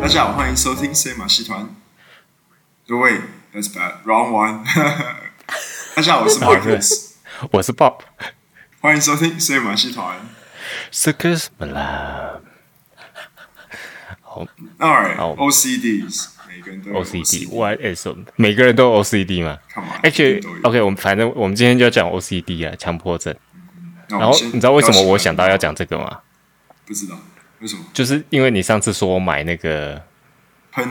大家好，欢迎收听《C 马戏团》。各位，That's bad. Wrong one 大家好，我是 Marcus， 我是 Bob。欢迎收听《C 马戏团》。 Circus Malam。好 All right, 好 OCDs，每个人都有 OCD YSO，每个人都有 OCD 嘛 Come on， ？Actually 都有 OK，我们反正我们今天就要讲 OCD 啊，强迫症。然然后你知道为什么我想到哦要？讲这个吗？不知道为什么就是因为你上次说我买那个喷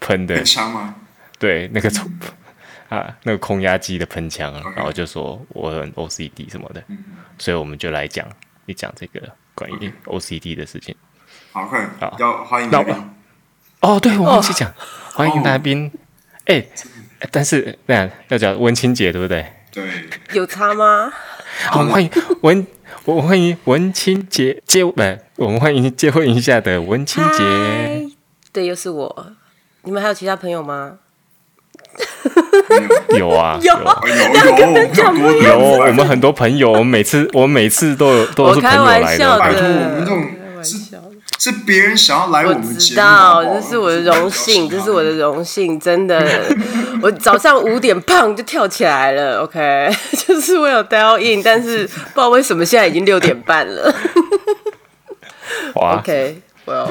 喷的喷，枪吗？对，那个冲 啊，那个空压机的喷枪，啊 OK 然后就说我很 OCD 什么的，所以我们就来讲一讲这个关于 OCD 的事情。好，快点好要欢迎那来我宾。哦，对，我忘记讲，欢迎来宾。哎、但是那样要讲文青姐对不对？对，有差吗？好，我们欢迎文，我们欢迎文青节结，不、我们欢迎结婚一下的文青节。嗨，对，又是我。你们还有其他朋友吗？没有有 啊，有啊哎呦有有有讲多不一有有，我们很多朋友，我们每次我们每次都有都是我朋开友玩来笑的。拜的，托我们这种开玩是笑的。是别人想要来我们知节目好道，不好，这是我的荣幸，这是我的荣幸，真的。 我早上五点胖就跳起来了，OK，就是 我有 dial in，但是不知道为什么现在已经六点半了哇， ，OK。Well，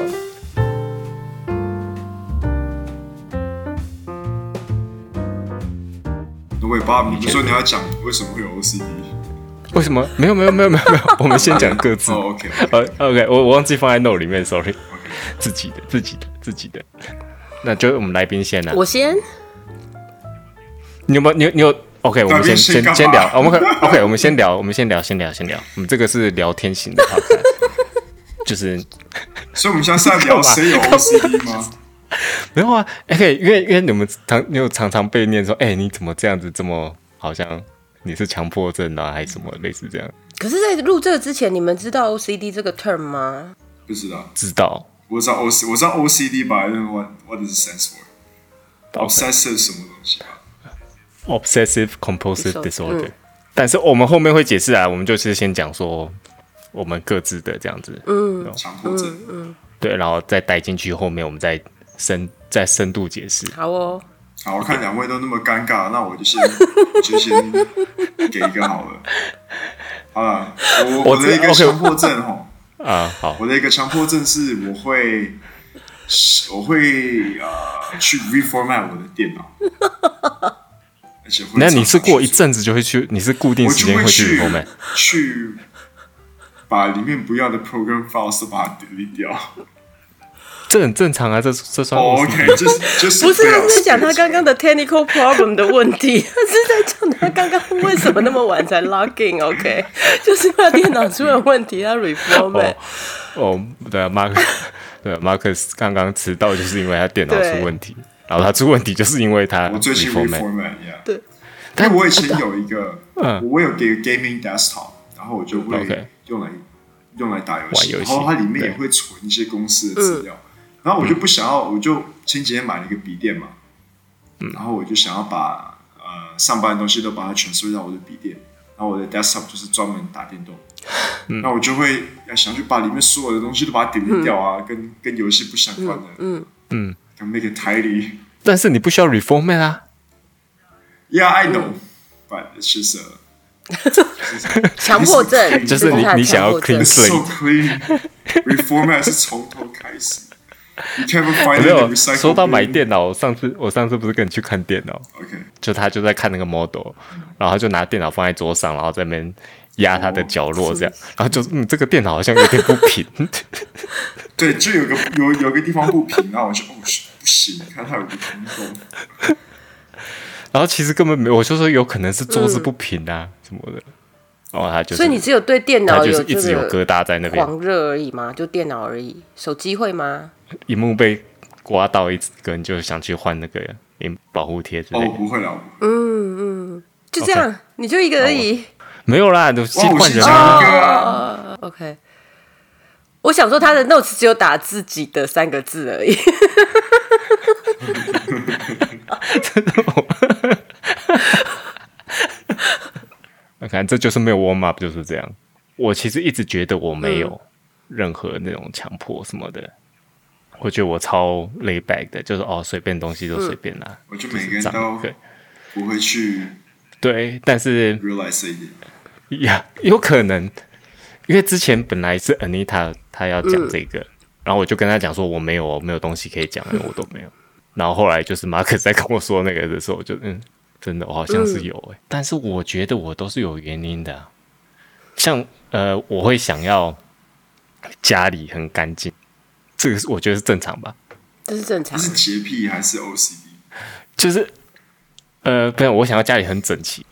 那伟爸，你不是说你要讲为什么会有 OCD？为什么？没有没有没有没有没有， 我们先讲各自。哦，OK，呃，OK，我我忘记放在 note 里面，sorry，自己的自己的自己的。那就我们来宾先啦。啊我先，你有没有？你有你有？OK，我们先宾先干先嘛先聊，我们可 OK，我们先聊，我们先聊，先聊，先聊。我们这个是聊天型的 podcast，就是所以我们现在是在 聊谁有 OCD 吗？没有啊。OK，因为因为你们常你有常常被念说，哎、你怎么这样子？这么好像你是强迫症啊，还是什么类似这样？可是，在录这个之前，你们知道 OCD 这个 term 吗？不知道，知道我知道 O C，我知道 OCD 吧，I don't know what what does it stands for。Obsessive 什么东西吧？ obsessive 嗯 compulsive Disorder， disorder，、但是我们后面会解释啊，我们就是先讲说我们各自的这样子，嗯，强迫症。对，然后再带进去，后面我们再深再深度解释。好哦，好，我看两位都那么尴尬，那我就 先就先给一个好了。好了，我我我的一个知道强迫症哈。啊，好，我的一个强迫症是我会，我会呃去 reformat 我的电 脑，而且会那常你常是过去一阵子就会去，你是固定我时就间会会去去 r e m a 去把里面不要的 program files 都把它 delete 掉。哦这很正常啊，这这算 o OCD、 k 就是就是不是，他要是在讲他刚 刚的 technical problem 的问题，他是在讲他刚刚为什么那么晚才 logging。OK，就是他电脑出了问题，他 reformat 哦。哦，对啊，Mark，对 啊，Marcus 刚刚迟到就是因为他电脑对出问题，然后他出问题就是因为他我最近 reformat， reformat，yeah。对，因为哎我以 前有一个，嗯我有给 gaming desktop，然后我就 OK 会用来用来打游玩戏，游然戏后它里面对嗯也会存一些公司的资料，然后我就不想要，我就前几天买了一个笔电嘛，嗯然后我就想要把呃上班的东西都把它全收到我的笔电，然后我的 desktop 就是专门打电 动。嗯那我就会要想去把里面所有的东西都把它点掉啊，跟跟游戏不相关的，嗯嗯，can make it tidy。但是你不需要 reformat 啊。 Yeah, I 嗯 know, but it's just a 强迫症，就是这你他的你想要强迫 it's clean 症 so slate clean. Reformat 是从头开始。You can't find it 没 in 有啊 recycle. 说到买 bin. 电脑，我上次我上次不是跟你去看电脑， OK，就他就在看那个 model，然后他就拿电脑放在桌上，然后在那边压他的角落这样，然后就嗯，这个电脑好像有点不平， 对，就有个有有个地方不平，然后我就哦不行，看它有个空洞。然后其实根本没有，我就说有可能是桌子不平啊、什么的，然后他就是，所以你只有对电他脑就是一这直有疙个瘩在那边，狂热而已吗？就电脑而已，手机会吗？荧幕被刮到一根，就想去换那个荧保护贴之类哦，的，不会啦，我不会就这样，你就一个而已。没有啦，都是哇，我换是人这啊，个啊， OK，我想说他的 notes 只有打自己的三个字而已。 看看，这就是没有 warm up，就是这样。嗯我其实一直觉得我没有任何那种强迫什么的，我觉得我超 lay back 的，就是哦，随便东西都随便拿，我就就每个是人脏都对不会去对，但是 realize 这一点。呀， 有可能，因为之前本来是 Anita 她要讲这个，然后我就跟她讲说我没有，我没有东西可以讲，我都没有。然后后来就是马克在跟我说那个的时候，我就嗯，真的我好像是有哎、但是我觉得我都是有原因的啊、像呃，我会想要家里很干净，这个是我觉得是正常吧，这是正常是。洁癖还是 OCD？就是呃，不然我想要家里很整齐，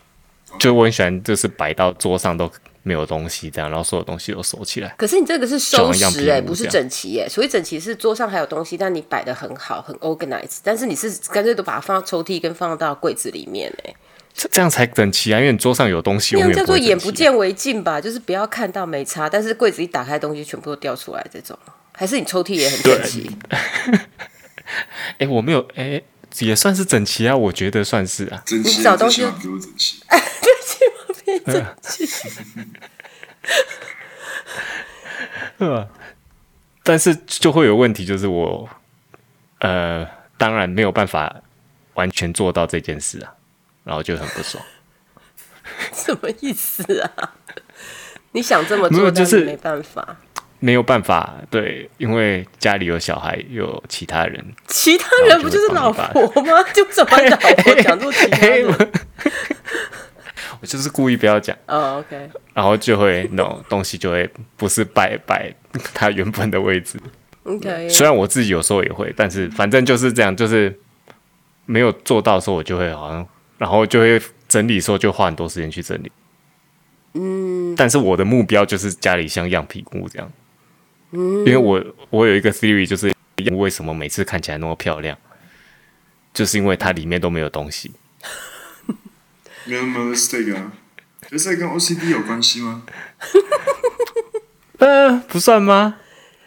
就是我很喜欢就是摆到桌上都没有东西这样，然后所有东西都收起来。可是你这个是收像样拾品哎、屋不是这样整齐哎、所以整齐是桌上还有东西，但你摆的很好，很 organized，但是你是干脆都把它放到抽屉跟放到柜子里面哎、这这样才整齐啊，因为你桌上有东西，那永样远叫不做会眼整不齐啊。见为净吧，就是不要看到没差，但是柜子一打开，东西全部都掉出来，这种还是你抽屉也很整齐，哎，我没有，哎，也算是整齐啊，我觉得算是啊。整齐，你找东西最起码比我整齐。但是就会有问题，就是我，呃，当然没有办法完全做到这件事啊，然后就很不爽。什么意思啊？你想这么没有做，就是但没办法。没有办法，对，因为家里有小孩，又有其他人，其他人不就是老婆吗？就怎么老婆哦讲做其他哎，人？我 我就是故意不要讲，哦，OK，然后就会 no 东西就会不是摆摆它原本的位置， o k 虽然我自己有时候也会，但是反正就是这样，就是没有做到的时候，我就会好像，然后就会整理的时候就花很多时间去整理。嗯，但是我的目标就是家里像样品屋这样。嗯，因为我我有一个 theory，就是为什么每次看起来那么漂亮，就是因为它里面都没有东西。 minimalistic 啊，觉得这跟 OCD 有关系吗？呃，不算吗？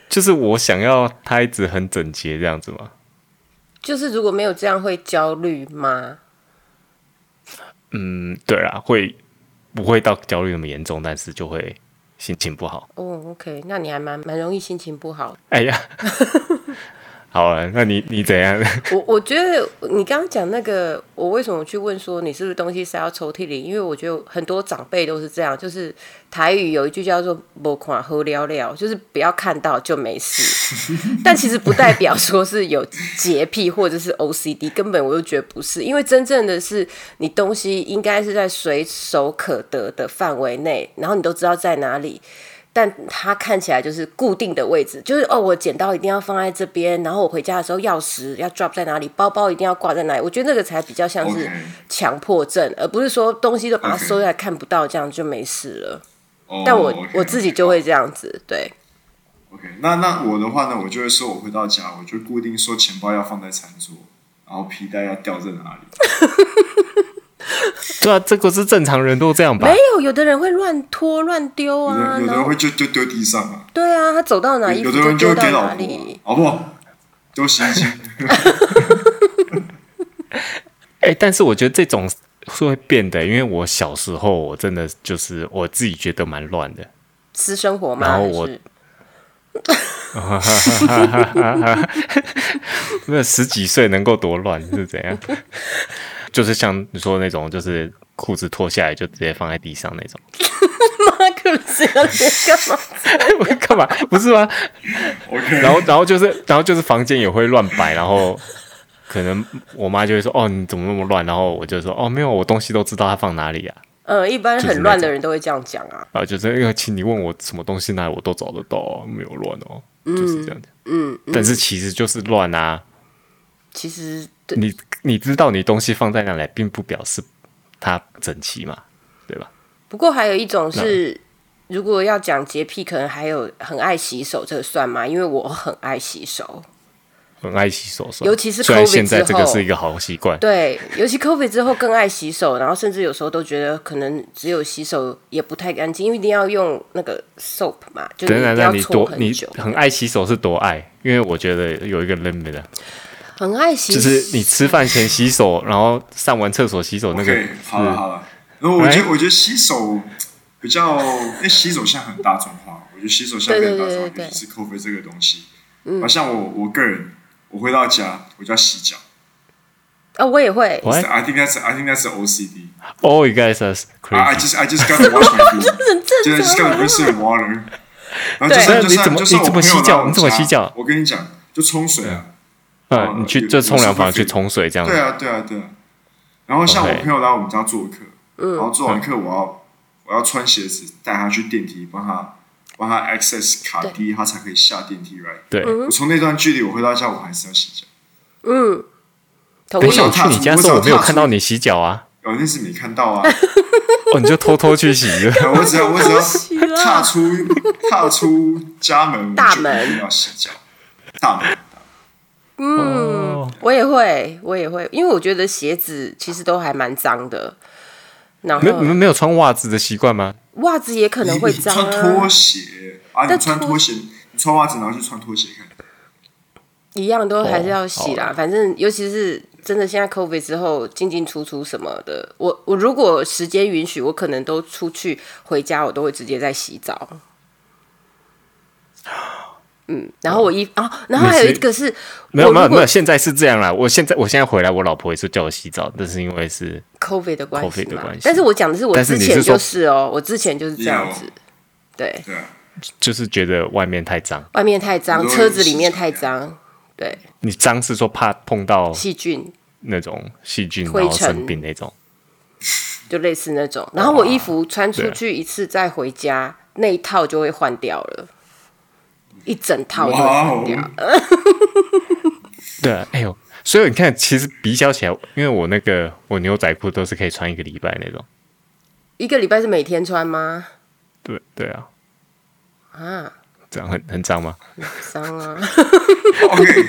就是我想要它一直很整洁这样子嘛。就是如果没有这样会焦虑吗？嗯，对啊，会不会到焦虑那么严重，但是就会心情不好。哦，OK，那你还蛮蛮容易心情不好。哎呀， 好了，那你你怎样？ 我我觉得你刚刚讲那个，我为什么去问说你是不是东西塞到抽屉里？因为我觉得很多长辈都是这样，就是台语有一句叫做“不看好聊聊”，就是不要看到就没事。但其实不代表说是有洁癖或者是 OCD，根 本我就觉得不是，因为真正的是你东西应该是在随手可得的范围内，然后你都知道在哪里。但它看起来就是固定的位置，就是哦，我剪刀一定要放在这边，然后我回家的时候钥匙要 drop 在哪里，包包一定要挂在哪里。我觉得那个才比较像是 OK 强迫症，而不是说东西都把它 OK 收下来看不到，这样就没事了。哦但我 OK，我自己就会这样子，对， OK。那那我的话呢，我就会说，我回到家，我就固定说钱包要放在餐桌，然后皮带要掉在哪里。对啊，这个是正常人都这样吧没？有有的人会乱拖乱丢有的有的啊，然人后会就就丢地上啊，对啊，他走到哪衣有服的就人就丢会给到哪老婆里啊，，好不好？丢洗衣机。哎、但是我觉得这种是会变的，因为我小时候我真的就是我自己觉得蛮乱的，私生活嘛，然后还我是那十几岁能够多乱是怎样？ 就是像你说的那种，就是裤子脱下来就直接放在地上那种， 马克思要干嘛？哎我干嘛？不是吗？ OK。然后，然后就是，然后就是房间也会乱摆，然后可能我妈就会说：“哦，你怎么那么乱？”然后我就说：“哦，没有，我东西都知道它放哪里啊。嗯，一般就是很那乱的种人都会这样讲啊。”然后就是因为请你问我什么东西哪里我都找得到啊、没有乱哦，就是这样子。嗯，但是其实就是乱啊。其实对你你知道你东西放在哪里，并不表示它整齐嘛，对吧？不过还有一种是，如果要讲洁癖，可能还有很爱洗手，这个算吗？因为我很爱洗手，很爱洗手是吧，尤其是虽然 COVID 现在之这个后是一个好习惯，对，尤其 COVID 之后更爱洗手，然后甚至有时候都觉得可能只有洗手也不太干净，因为一定要用那个 soap 嘛，就是等一等，定那要你搓多你很久，很爱洗手是多爱？因为我觉得有一个 limit 的，很爱洗手，就是你吃饭前洗手，然后上完厕所洗手，那个 OK，好了好了。然后我觉得我觉得洗手比较，因为洗手现在很大众化，我觉得洗手现在很大众化，对对对对对尤其是 COVID 这个东西，嗯，像我我个人，我回到家我就要洗脚。啊，我也会。 What? I think that's I think that's the OCD. All you guys I, are I crazy。 just I just gotta wash my feet. 就是 just 这很正 gotta 常啊 rinse it in water. 然后就对算就你怎算么就算你我朋怎么友洗脚来我你怎么家洗脚我跟你讲，就冲水啊。呃，你去就冲凉房去冲水这样对啊，对啊，对啊。然后像我 OK 朋友来我们家做客，嗯然后做完客，我要我要穿鞋子带他去电梯，帮他帮他 access 卡对 D，他才可以下电梯 right。对，啊嗯我从那段距离我回到家，我还是要洗脚。嗯同等意一。下我去你家的时候，我没有看到你洗脚啊，我那是没看到 啊，哦，你就偷偷去洗了。我只要我只洗要了踏出踏出家门，大我就门一定要洗脚，大门。嗯，我也会，我也会，因为我觉得鞋子其实都还蛮脏的，然没有你们后没有穿袜子的习惯吗？袜子也可你能你会脏穿啊拖，鞋啊，你但穿拖拖鞋，你穿袜子然后去穿拖鞋看。一样都还是要洗哦啦。反正尤其是真的现在 COVID 之后进进出出什么的，我我如果时间允许，我可能都出去回家，我都会直接在洗澡。 嗯，然后我衣啊，然后还有一个是，没有我没有如果没有，现在是这样啦。我现在我现在回来，我老婆也是叫我洗澡，但是因为是 COVID 的关系 COVID 的嘛关系。但是我讲的是我但是之你前是说就是哦，我之前就是这样子 Yeah 对，对啊，就是觉得外面太脏，外面太脏，很多车人子里是面这太样脏，对，你脏是说怕碰到细菌那种细菌灰然后尘生病那种。就类似那种。然后我衣服穿出对去一次再回家，那一套就会换掉了，一整套就会哇换哦，掉。对啊，哎呦，所以你看，其实比较起来，因为我那个我牛仔裤都是可以穿一个礼拜那种。一个礼拜是每天穿吗？对对啊，啊，这样很很脏吗？脏啊！ OK，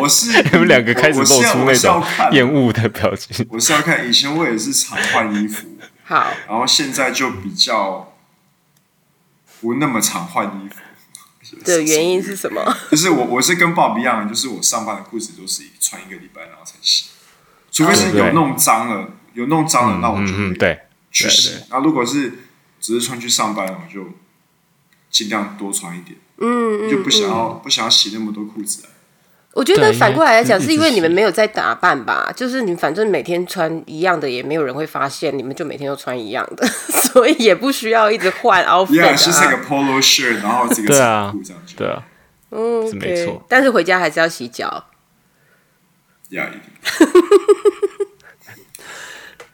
我 是你们两个开始我露我是要出我那是要种看厌恶的表情。我是要看，以前我也是常换衣服，好，然后现在就比较不那么常换 衣服。的原因是什么？ 就是我我是跟 Bob 一样，就是我上班的裤子都是穿一个礼拜然后才洗，除非是有弄脏了，有弄脏了，那我就哦嗯嗯，会对，去对洗。那如果是只是穿去上班，我就尽量多穿一点，嗯，就不想要不想要洗那么多裤子啊。我觉得对反过来来讲，因为是因为一直洗你们没有在打扮吧？就是你反正每天穿一样的，也没有人会发现，你们就每天都穿一样的， 所以也不需要一直换 outfit 啊。 Yeah, it's just like a polo shirt，然后这 个对啊长裤这样子。对啊，嗯，是没错 OK 但是回家还是要洗脚， Yeah，一定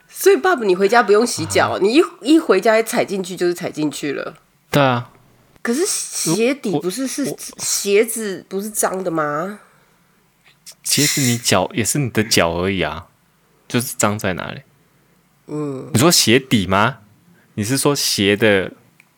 所以爸爸，你回家不用洗脚，嗯你一一回家一踩进去就是踩进去了。对啊，可是鞋底不是是鞋子不是脏的吗？其实你脚也是你的脚而已啊，就是脏在哪里？嗯，你说鞋底吗？你是说鞋的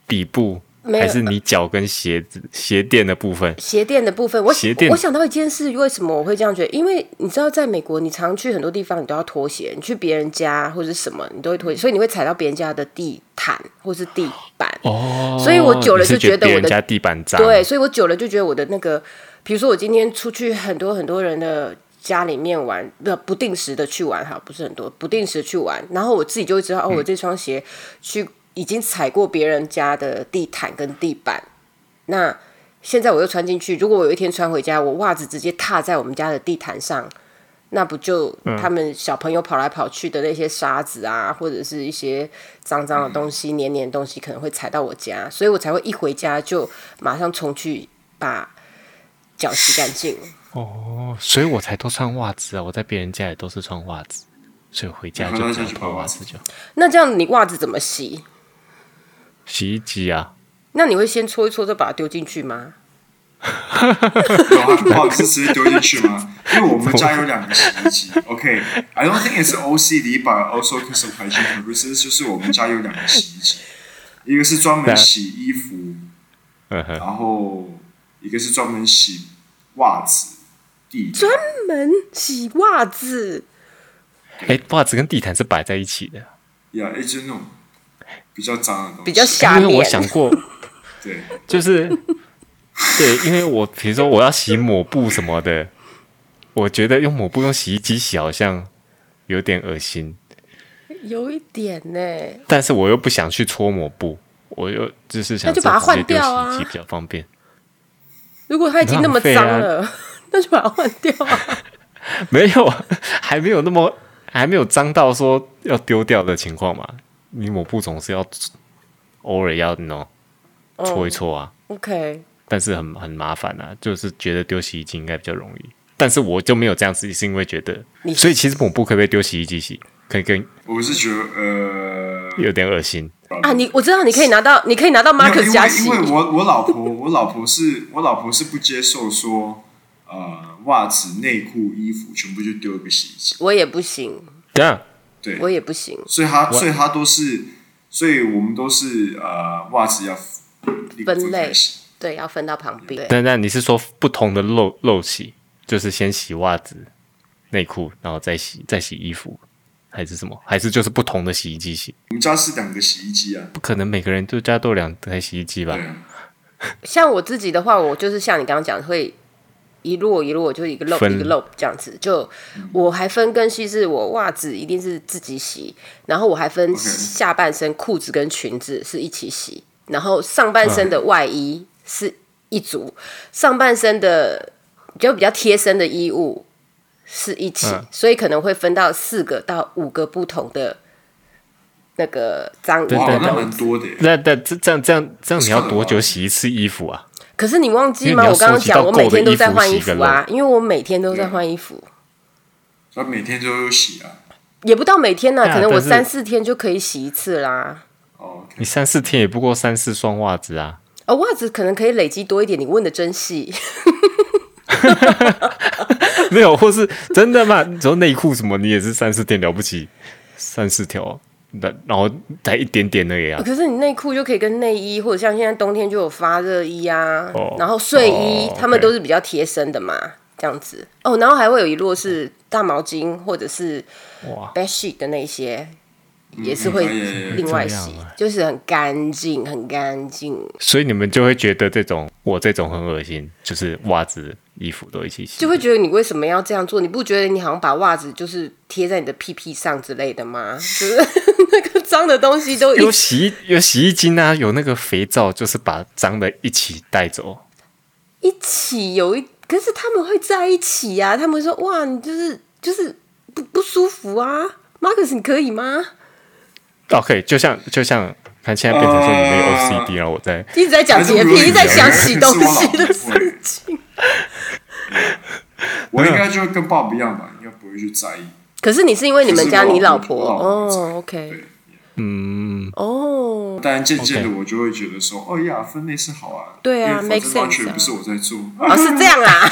底部，没有还是你脚跟鞋子鞋垫的部分？鞋垫的部分，我鞋垫我想到一件事，为什么我会这样觉得？因为你知道，在美国，你常去很多地方，你都要拖鞋，你去别人家或者什么，你都会拖鞋，所以你会踩到别人家的地毯或是地板。哦，所以我久了你是就觉觉得别我的人家地板脏，对，，所以我久了就觉得我的那个，比如说我今天出去很多很多人的家里面玩，不不定时的去玩哈，不是很多，不定时去玩，然后我自己就会知道，哦，我这双鞋去已经踩过别人家的地毯跟地板，那现在我又穿进去，如果我有一天穿回家，我袜子直接踏在我们家的地毯上。那不就嗯他们小朋友跑来跑去的那些沙子啊，或者是一些脏脏的东西、嗯黏黏的东西，可能会踩到我家，所以我才会一回家就马上冲去把脚洗干净。哦，所以我才都穿袜子啊，我在别人家也都是穿袜子，所以回家就你回到只家能就把脱袜袜子子就那这样你袜子怎么洗？洗衣机啊。那你会先搓一搓，再把它丢进去吗？有啊，不好意思，直接丢进去吗？因为我们家有两个洗衣机。OK，I、don't think it's OCD, but also because of hygiene purposes，就是我们家有两个洗衣机，一个是专门洗衣服，嗯哼，然后一个是专门洗袜子、地毯。专门洗袜子，哎，袜子跟地毯是摆在一起的，呀，哎，就是那种比较脏的东西。比较下因为面我。想过，对，就是 对，因为我比如说我要洗抹布什么的，我觉得用抹布用洗衣机洗好像有点恶心，有一点呢、但是我又不想去搓抹布，我又就是想那就把它直接换掉啊丢洗衣机比较方便。如果它已经那么脏了，啊 那就把它换掉啊。 没有，还没有那么还没有脏到说要丢掉的情况嘛。你抹布总是要偶尔要你哦 搓一搓啊，哦 OK，但是很很麻烦啊，就是觉得丢洗衣机应该比较容易。但是我就没有这样子，是因为觉得你，所以其实抹布可不可以丢洗衣机洗？可以跟我是觉得呃，有点恶心。啊，你我知道你可以拿到，你可以拿到没有 Marcus 因家为洗因。为我我老婆我老婆是我老婆是不接受说呃袜子、内裤、衣服全部就丢一个洗衣机，我也不行，等一下对，我也不行，所以她所以她都是，所以我们都是呃袜子要立刻分类开洗对，要分到旁边。对等等，你是说不同的漏漏洗，就是先洗袜子、内裤，然后再洗再洗衣服，还是什么？还是就是不同的洗衣机洗？我们家是两个洗衣机啊，不可能每个人都家都有两台洗衣机吧对？啊，像我自己的话，我就是像你刚刚讲，会一摞一摞，就是一个 rope 分一个 rope 这样子。就我还分更细，是我袜子一定是自己洗，然后我还分 OK 下半身裤子跟裙子是一起洗，然后上半身的外衣是一组，上半身的就比较贴身的衣物是一起，嗯所以可能会分到四个到五个不同的。那个脏衣哇，对那的蛮多的耶，那那这这样这样这样，你要算了多久吧洗一次衣服啊？可是你忘记吗？因为你要我刚刚收集到讲，我每天都在换衣够服的衣服洗啊，因为我每天都在换衣服，所以每天都有洗啊。也不到每天呢、对啊可能我但是三四天就可以洗一次啦。哦，OK，你三四天也不过三四双袜子啊！哦，袜子可能可以累积多一点。你问的真细， 没有，或是真的嘛？你说内裤什么，你也是三四天了不起，三四条，那然后才一点点而已啊。 可是你内裤就可以跟内衣，或者像现在冬天就有发热衣啊，哦然后睡衣哦，，OK 他们都是比较贴身的嘛，这样子。哦，然后还会有一摞是大毛巾或者是哇， bed sheet 的那些，嗯哦也是会哎呀呀呀另外这样啊洗，就是很干净，很干净。所以你们就会觉得这种我这种很恶心，就是袜子、衣服都一起洗就。会觉得你为什么要这样做？你不觉得你好像把袜子就是贴在你的屁屁上之类的 吗？就是那个脏的东西都一有洗衣有洗衣精啊，有那个肥皂，就是把脏的一起带走。一起有一，可是他们会在一起呀、他们说哇，你就是就是不不舒服啊。Marcus，你可以吗？ OK，就像就像看现在变成说你没有啊 OCD，、然后啊我在一直在讲洁癖，还是一直在想不洗如东你讲西的事情。我应该就跟爸不一样吧，应该不会去在意。 可是你是因为你们家就是我你老婆我老婆哦，OK，对嗯，哦，但渐渐的 OK 我就会觉得说，哦呀，分类是好啊，对啊因为否则完 make sense 全啊不是我在做。 哦是这样啊，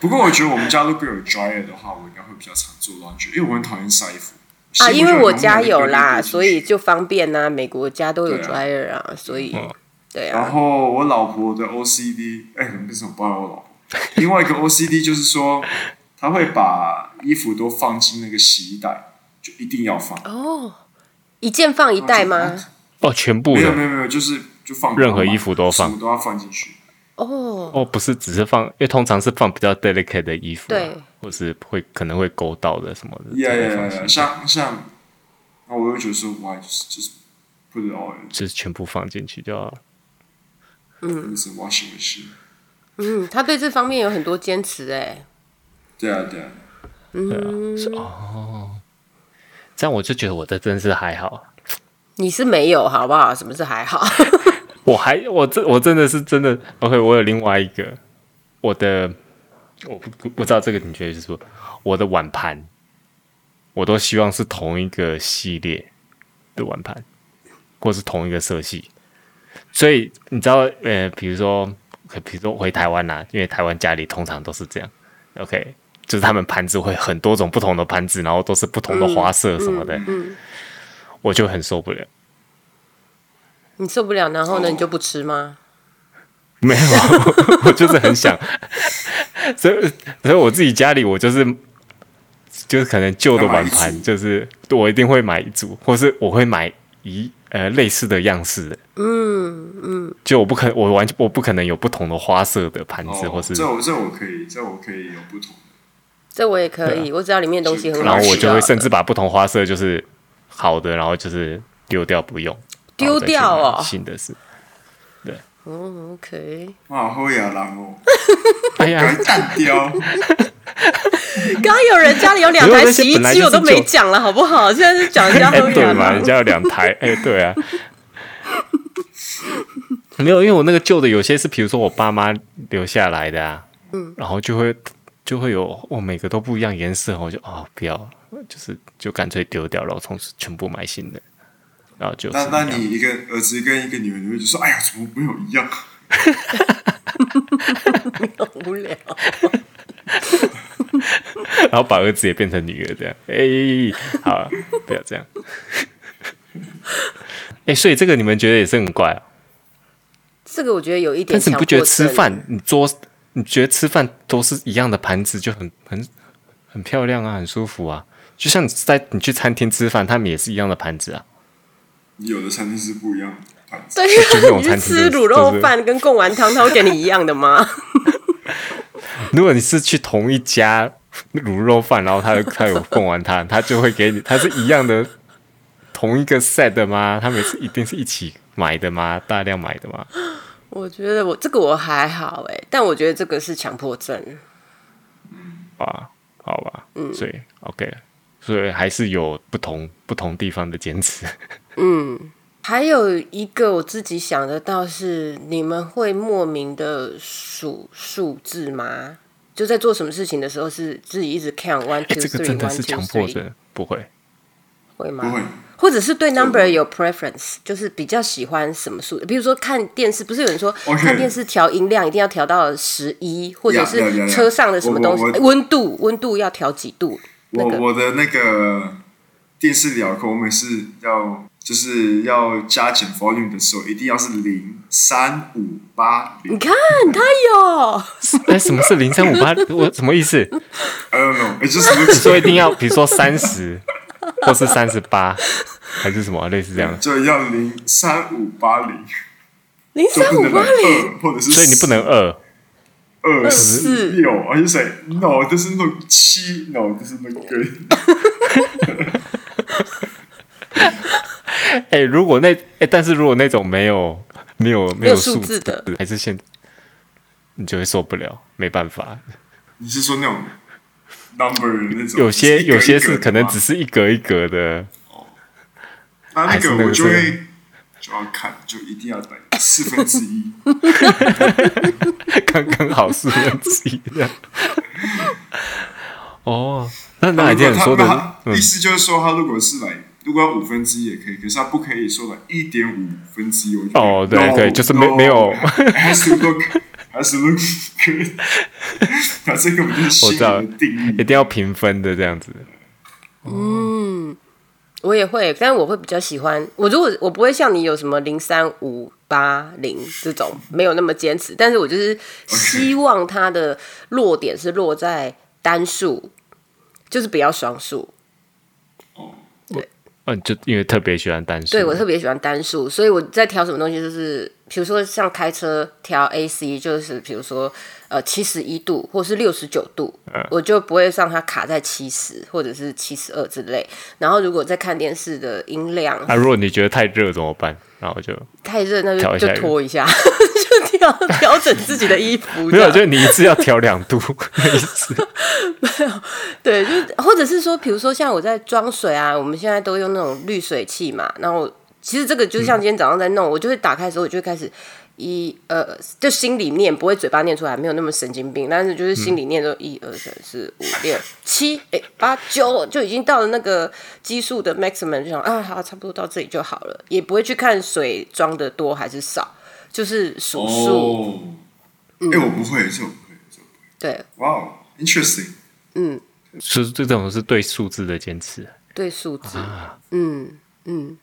不过我觉得我们家如果有 dryer 的话，我应该会比较常做 laundry，因为我很讨厌晒衣服。啊，洗因不就为很我容易家被有丢啦，进去所以就方便呐、美国家都有对啊 dryer 啊，所以对然啊，后后我老婆的 OCD，哎，可能为什么不爱我老婆？ 另外一个 OCD 就是说，她会把衣服都放进那个洗衣袋，就一定要放。哦，嗯一件放一袋吗？哦，全部没有没的有没有，就是就放任何衣服都放什么都要放进去。哦，哦，不是只是放，因为通常是放比较 delicate 的衣服、啊，对，或是会可能会勾到的什么的呀呀才会呀放呀，进去像像，那我就觉得说，why 就是 just put it all in，就是全部放进去就好了。就是 washing machine。嗯，他对这方面有很多坚持哎，对啊对啊，这样我就觉得我的真是还好，你是没有好不好？什么是还好？ 我还我真我真的是真的 OK，我有另外一个我的，我不不知道这个你觉得是说我的碗盘，我都希望是同一个系列的碗盘，或是同一个色系。所以你知道，呃，比如说，比如说回台湾啦、啊因为台湾家里通常都是这样，OK，就是他们盘子会很多种不同的盘子，然后都是不同的花色什么的，我就很受不了。你受不了，然后呢，哦你就不吃吗？没有， 我就是很想，所以所以我自己家里我就是就是可能旧的碗要买一盘，组就是我一定会买一组，或是我会买一呃类似的样式的。嗯嗯，就我不可我完全我不可能有不同的花色的盘子，或哦，是这我这我可以，这我可以有不同的。这我也可以，我只要里面东西很是然好啊吃后啊，我就会甚至把不同花色就是好的，然后就是丢掉不用，丢掉哦然后再去买新的是。对，嗯，OK。哇，好呀，然后哎呀赶，紧淡 掉， 刚刚有人家里有两可是台那些洗衣本来机，就我是都没旧讲了，好不好？现在是讲人家哎喝 对原嘛，人了。家有两台，哎对啊， 没有，因为我那个旧的有些是，比如说我爸妈留下来的啊，嗯，然后就会就会有哇，每个都不一样颜色，我就哦不要，就是就干脆丢掉，然后从此全部买新的，然后就是那那那样你一个儿子跟一个女儿，你会就说，哎呀，怎么没有一样？无聊， 然后把儿子也变成女儿这样，哎、好啊，不要这样， 哎、所以这个你们觉得也是很怪啊。这个我觉得有一点但是强你迫不觉症。得吃饭，你桌，你觉得吃饭都是一样的盘子就很很很漂亮啊，很舒服啊。就像你在你去餐厅吃饭，他们也是一样的盘子啊。 有的餐厅是不一样的盘子，对就这呀，种你去餐厅吃就是卤肉饭跟贡丸汤，他会给你一样的吗？如果你是去同一家卤肉饭，然后他 他有供完他，他就会给你，他是一样的同一个 set 的吗？他们是一定是一起买的吗？大量买的吗？ 我觉得我这个我还好哎、但我觉得这个是强迫症。啊，好吧，嗯，所以 OK，所以还是有不同不同地方的坚持。还有一个我自己想得到是，你们会莫名的数数字吗？就在做什么事情的时候，是自己一直 count one 哎 two 这个真 three 的是 one 强 two 迫 three，症，不会。会不会吗？，或者是对 number 有 preference，就是比较喜欢什么数？比如说看电视，不哦是有人说 OK 看电视调音量一定要调到十一，或者 Yeah, yeah, yeah, 是 yeah. 车上的什么东西我我我哎温度温度要调几度？那我个我的那个电视遥控，我每次要就是要加减 volume 的时候，一定要是零三五八你零。 看他 有。哎，什么是零三五八？我什么意思？ I don't know, 哎 it just looks 说一定要，比如说 三十，或是三十八，还是什么啊类似这样 like 的？就要零三五八零，零就三不五能八零，二或者是所以你不能二，二四六，I just like no, it doesn't look 七，no, it doesn't look good。哎、如果那哎、但是如果那种没有没有没有数数字的，还是现，你就会受不了，没办法。你是说那种 number 的那种？有些一个有些一个是的可能吗只是一格一格的，那那还是那个个我就是会就要看，就一定要等四分之一。刚刚好四分之一 这样。哦，那那那海如果天他说那的他，嗯意，思就是说，他如果是来，如果要五分之一也可以，可是他不可以说来一点五分之一。我觉得哦对 no, 对就是没没有 has to look has to look good。他这个我就是我新知道的定一义。定要平分的这样子。我也会，但我会比较喜欢我。如果我不会像你有什么零三五八零这种没有那么坚持，但是我就是希望它的落点是落在单数，就是不要双数。嗯、你就因为特别喜欢单数，对我特别喜欢单数，所以我在调什么东西，就是比如说像开车调 AC，就是比如说呃七十一度或是六十九度，嗯我就不会让它卡在七十或者是七十二之类。然后如果在看电视的音量啊，如果你觉得太热怎么办？然后就太热，那调就一下就脱一下， 就调 调整自己的衣服。没有，这就样是你一次要调两度， 那一次对，就是或者是说，比如说像我在装水啊，我们现在都用那种滤水器嘛，然后其实这个就像今天早上在弄，我就会打开的时候，我就会开始。一呃，就心里念，不会嘴巴念出来，没有那么神经病，但是就是心里念，就一二三四五六七，哎八九，就已经到了那个基数的 maximum，就想啊，好，差不多到这里就好了，也不会去看水装的多还是少，就是数数，哦，哎，我不会，这我不会，这我不对，会。哇哦，interesting。是这种是对数字的坚持。对数字，啊嗯嗯，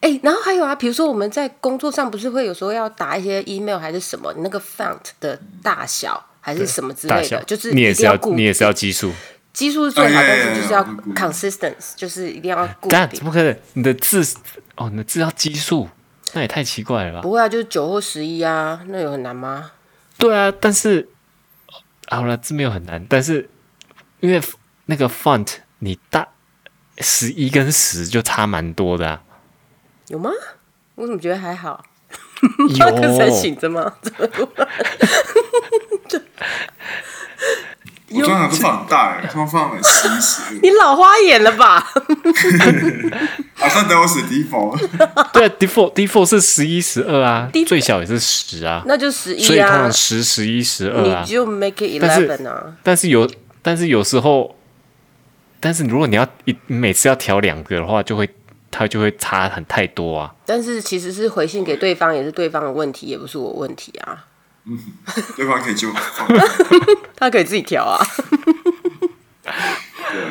哎、然后还有啊，比如说我们在工作上不是会有时候要打一些 email 还是什么，你那个 font 的大小还是什么之大类小的，就是你也一是定要固你也啊是要基数，基数是最好，哎呀但呀呀呀是就是要我固 consistence，就是一定要固但定怎。么可能？你的字哦，你的字要基数，那也太奇怪了吧？不会啊，就是九或十一啊，那有很难吗？对啊，但是好了，字没有很难，但是因为那个 font 你大十 一跟十就差蛮多的啊。有吗？我怎么觉得还好？马克才醒着吗？我装还不放很大哎，放放了十一十 你老花眼了吧？ 二，好像啊等我死地方。 对啊，default default 是十一十二啊 Default，最小也是十啊，那就十所一以通常啊，十、十一、十二啊你。就 make it 但是 eleven 啊。但是有，但是有时候，但是如果你要一你每次要调两个的话，就会它就会差很太多啊。 但是其实是回信给对方，也是对方的问题，也不是我问题啊。对方可以就放。他可以自己调啊。对，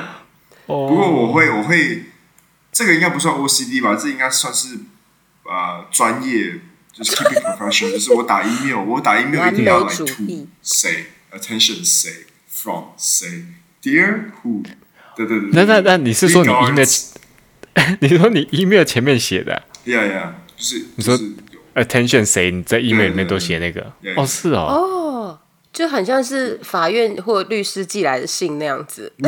不过哦，我会，我会，这个应该不算 OCD 吧？这应该算是呃专业，就是 keeping professional，就是我打 email，我打 email 一定要完美 like 主 to 义 say attention say from say dear who，对对对。那那那你是说你 email 你说你 email 前面写的啊、 yeah yeah，就是你说就是有 attention 谁？你在 email 里面都写那个对对对对哦，是哦，哦， 就很像是法院或律师寄来的信那 样子。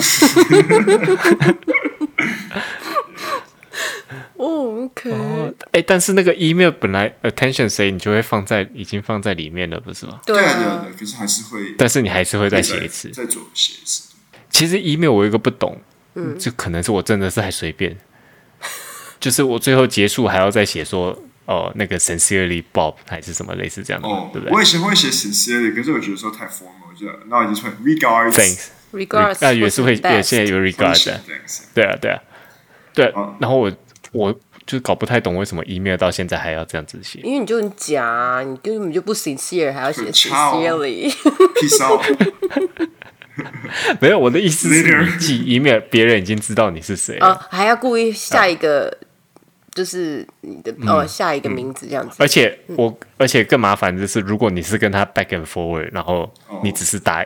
哦，OK，哦，哎、但是那个 email 本来 attention 谁你就会放在已经放在里面了，不是吗？对对啊对啊啊，对啊，可是还是会但是你还是会再写一次。再左写一次。其实 email 我有一个不懂，嗯，就可能是我真的是还随便， 就是我最后结束还要再写说哦，那个 sincerely Bob 还是什么类似这样的嘛，哦对，不我对以前会写 sincerely，可是我觉得说太 formal，就那我已经会 regards ？Thanks， regards，那啊也是会也现在有 regard 的， thanks，对啊，对啊，对啊哦然后我我就搞不太懂为什么 email 到现在还要这样子写，因为你就很假、啊，你根本就不 sincere，还要写很差哦 sincerely， peace out。没有我的意思是 Later 你寄 email 别人已经知道你是谁了， 啊，还要故意下一个，就是你的、嗯哦，下一个名字这样子。而且我而且更麻烦的是，如果你是跟他 back and forward，然后你只是打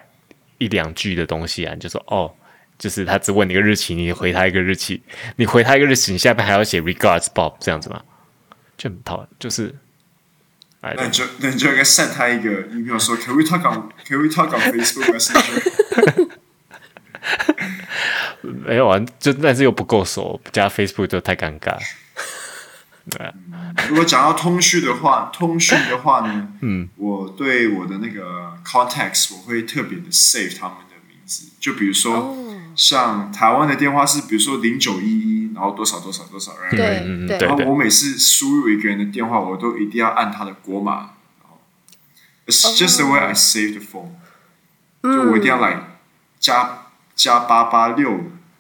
一两句的东西啊，你就说哦，就是他只问你一个日期，你回他一个日期，你回他一个日期，你下面还要写 regards Bob 这样子吗？就很讨，就是，哎，那你就那你就应该 send 他一个 email 说，Can we talk on Can we talk on Facebook Messenger？没有啊，就但是又不够熟，加 Facebook 就太尴尬。如果讲到通讯的话，通讯的话呢，嗯，我对我的那个 contacts 我会特别的 save 他们的名字，就比如说、像台湾的电话是，比如说零九一一，然后多少多少多少，right？对嗯嗯对对然后我每次输入一个人的电话，我都一定要按他的国码，然后 It's Oh just the way I save the phone，、就我一定要来嗯加加八八六，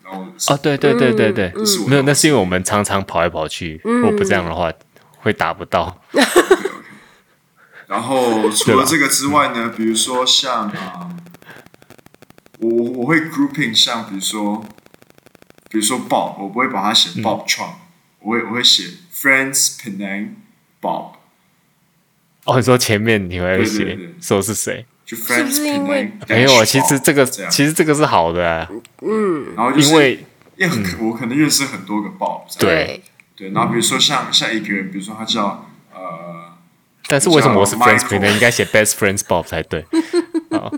然后哦，对对对对嗯对，是我没有，那是因为我们常常跑来跑去，如果不这样的话，会打不到。然后除对吧了这个之外哦呢，比如说像啊、我我我会 grouping 像比如说，比如说 Bob，我不会把它嗯写 Bob Chuang，、我会我会写 Friends Penang Bob，哦，你说前面你会对对写对说是谁？就 Friends 是因为 Penang dash Bob。 没有啊，其实这个这样其实这个是好的啊、然后就是因为因为很可我可能认识很多个 Bob，这样嗯对对，然后比如说像像一个人，比如说他 叫呃，但是为什么我是叫啊 Michael friends friend 应该写 best friends Bob 才对？好，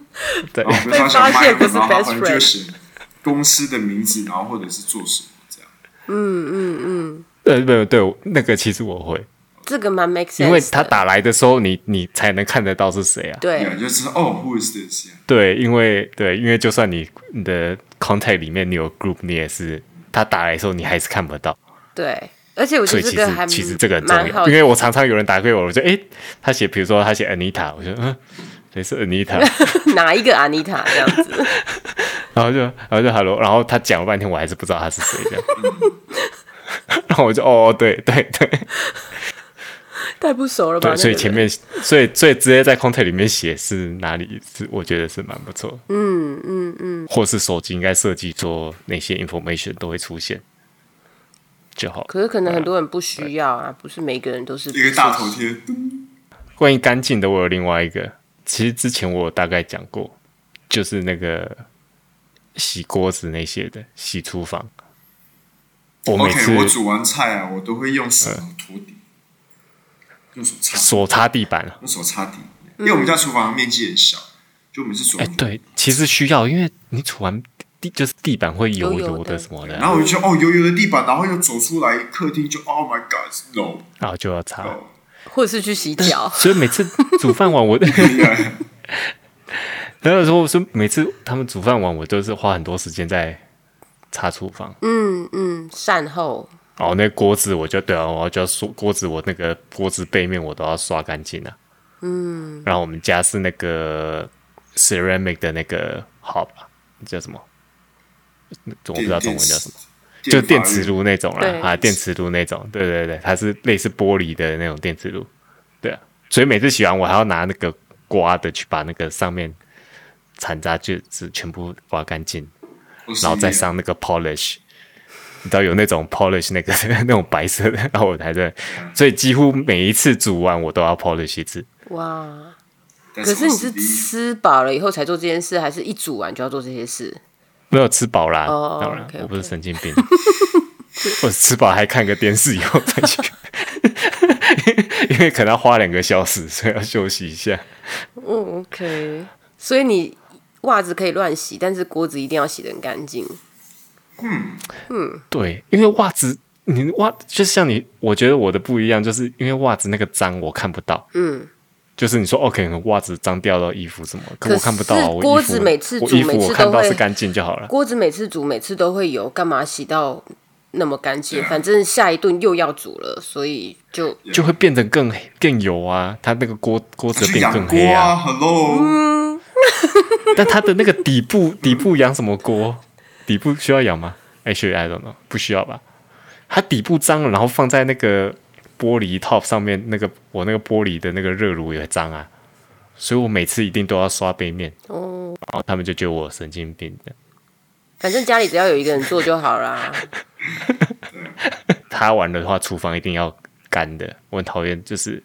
对然后比如说他叫被发现不是 Michael，然后他 best 可能就写公司的名字，然后或者是做什么这样。呃，没有对，我那个其实我会，这个蛮 make sense，因为他的打来的时候，你你才能看得到是谁啊。对对，就是哦，Who is this？Yeah 对，因为对，因为就算你你的 contact 里面你有 group，你也是他打来的时候你还是看不到，对，而且我所觉得以这其个实还其实这个很重蛮好要，因为我常常有人打给我，我就诶，他写比如说他写 Anita，我就嗯，谁是 Anita？ 哪一个安妮塔这样子，然后就然后就 hello，然后他讲了半天，我还是不知道他是谁这样。 然后我就哦，哦对对对 太不熟了吧？对，所以那个前人面所以所以直接在 contact 里面写是哪里是，我觉得是蛮不错。嗯嗯嗯，或是手机应该设计说那些 information 都会出现就好。可是可能很多人不需要啊，不是每个人都是一个大头贴，关于干净的，我有另外一个，其实之前我有大概讲过，就是那个洗锅子那些的，洗厨房。我每次嗯 OK，我煮完菜啊，我都会用手拖地，用手擦，手擦地板啊用手擦地，因为我们家厨房面积很小，就每次煮哎、完，对，其实需要，因为你杵完地就是地板会油油油的的什么的啊，然后我就觉得哦，油油的地板，然后又走出来客厅就 Oh my God，no 然后就要擦。 no，或者是去 洗脚。所以每次煮饭完我，然后说说每次他们煮饭完，我都是花很多时间在擦厨房。嗯嗯，善后。哦，那锅子我就对啊，我就要刷锅子，我那个锅子背面我都要刷干净啊。嗯，然后我们家是那个 ceramic 的那个 hob，叫什么？我不知道中文叫什么，就电磁炉那种对啦啊，电磁炉那种，对对对，它是类似玻璃的那种电磁炉，对啊，所以每次洗完我还要拿那个刮的去把那个上面残渣就子全部刮干净，然后再上那个 polish，你知道有那种 polish 那个 那种白色的，然后我还在，所以几乎每一次煮完我都要 polish 一次，哇！可可是你是吃饱了以后才做这件事，还是一煮完就要做这些事？没有吃饱啦，哦当然 OK，OK 我不是神经病， 我吃饱还看个电视以后再去， 因为可能要花两个小时，所以要休息一下。嗯，OK。所以你袜子可以乱洗，但是锅子一定要洗得很干净。嗯对，因为袜子，你袜就像你，我觉得我的不一样，就是因为袜子那个脏我看不到，嗯，就是你说 OK，袜子脏掉到衣服什么，可可我看不到啊，是我锅衣服子每次我煮衣服每我次看都到是会干净就好了。锅子每次煮每次都会有，干嘛洗到那么干净？啊反正下一顿又要煮了，所以就就会变得更黑更油啊，它那个锅锅子去变养更锅黑啊， ，Hello，但它的那个底部 底部养什么锅？底部需要养吗？Actually I don't know，不需要吧？它底部脏了，然后放在那个玻璃 top 上面，那个我那个玻璃的那个热炉也脏啊，所以我每次一定都要刷背面，哦，然后他们就觉得我神经病的。反正家里只要有一个人做就好 啦。他玩的话，厨房一定要干的，我很讨厌就是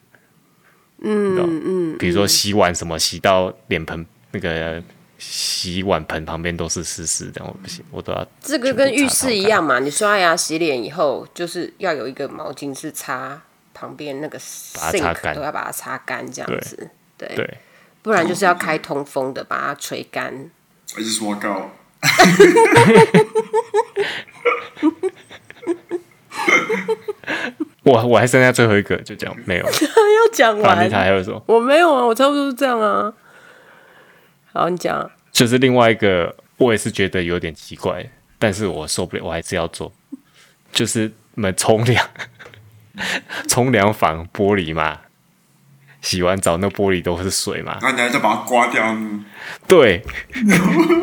嗯嗯，比如说洗碗什么，洗到脸盆那个洗碗盆旁边都是湿湿的，我不行，我都要这个跟浴室一样嘛，你刷牙洗脸以后，就是要有一个毛巾是擦旁边那个把它擦 sink，干都要把它擦干这样子。对，对。不然就是要开通风的，把它吹 干。 I just walk out。我我还剩下最后一个，就这样没有。要讲不然你还有什么？我没有啊，我差不多是这样啊。好，你讲。就是另外一个，我也是觉得有点奇怪，但是我受不了，我还是要做。就是你们冲凉， 冲凉房玻璃嘛，洗完澡那玻璃都是水嘛，然后你还再把它刮掉嗯呢？对，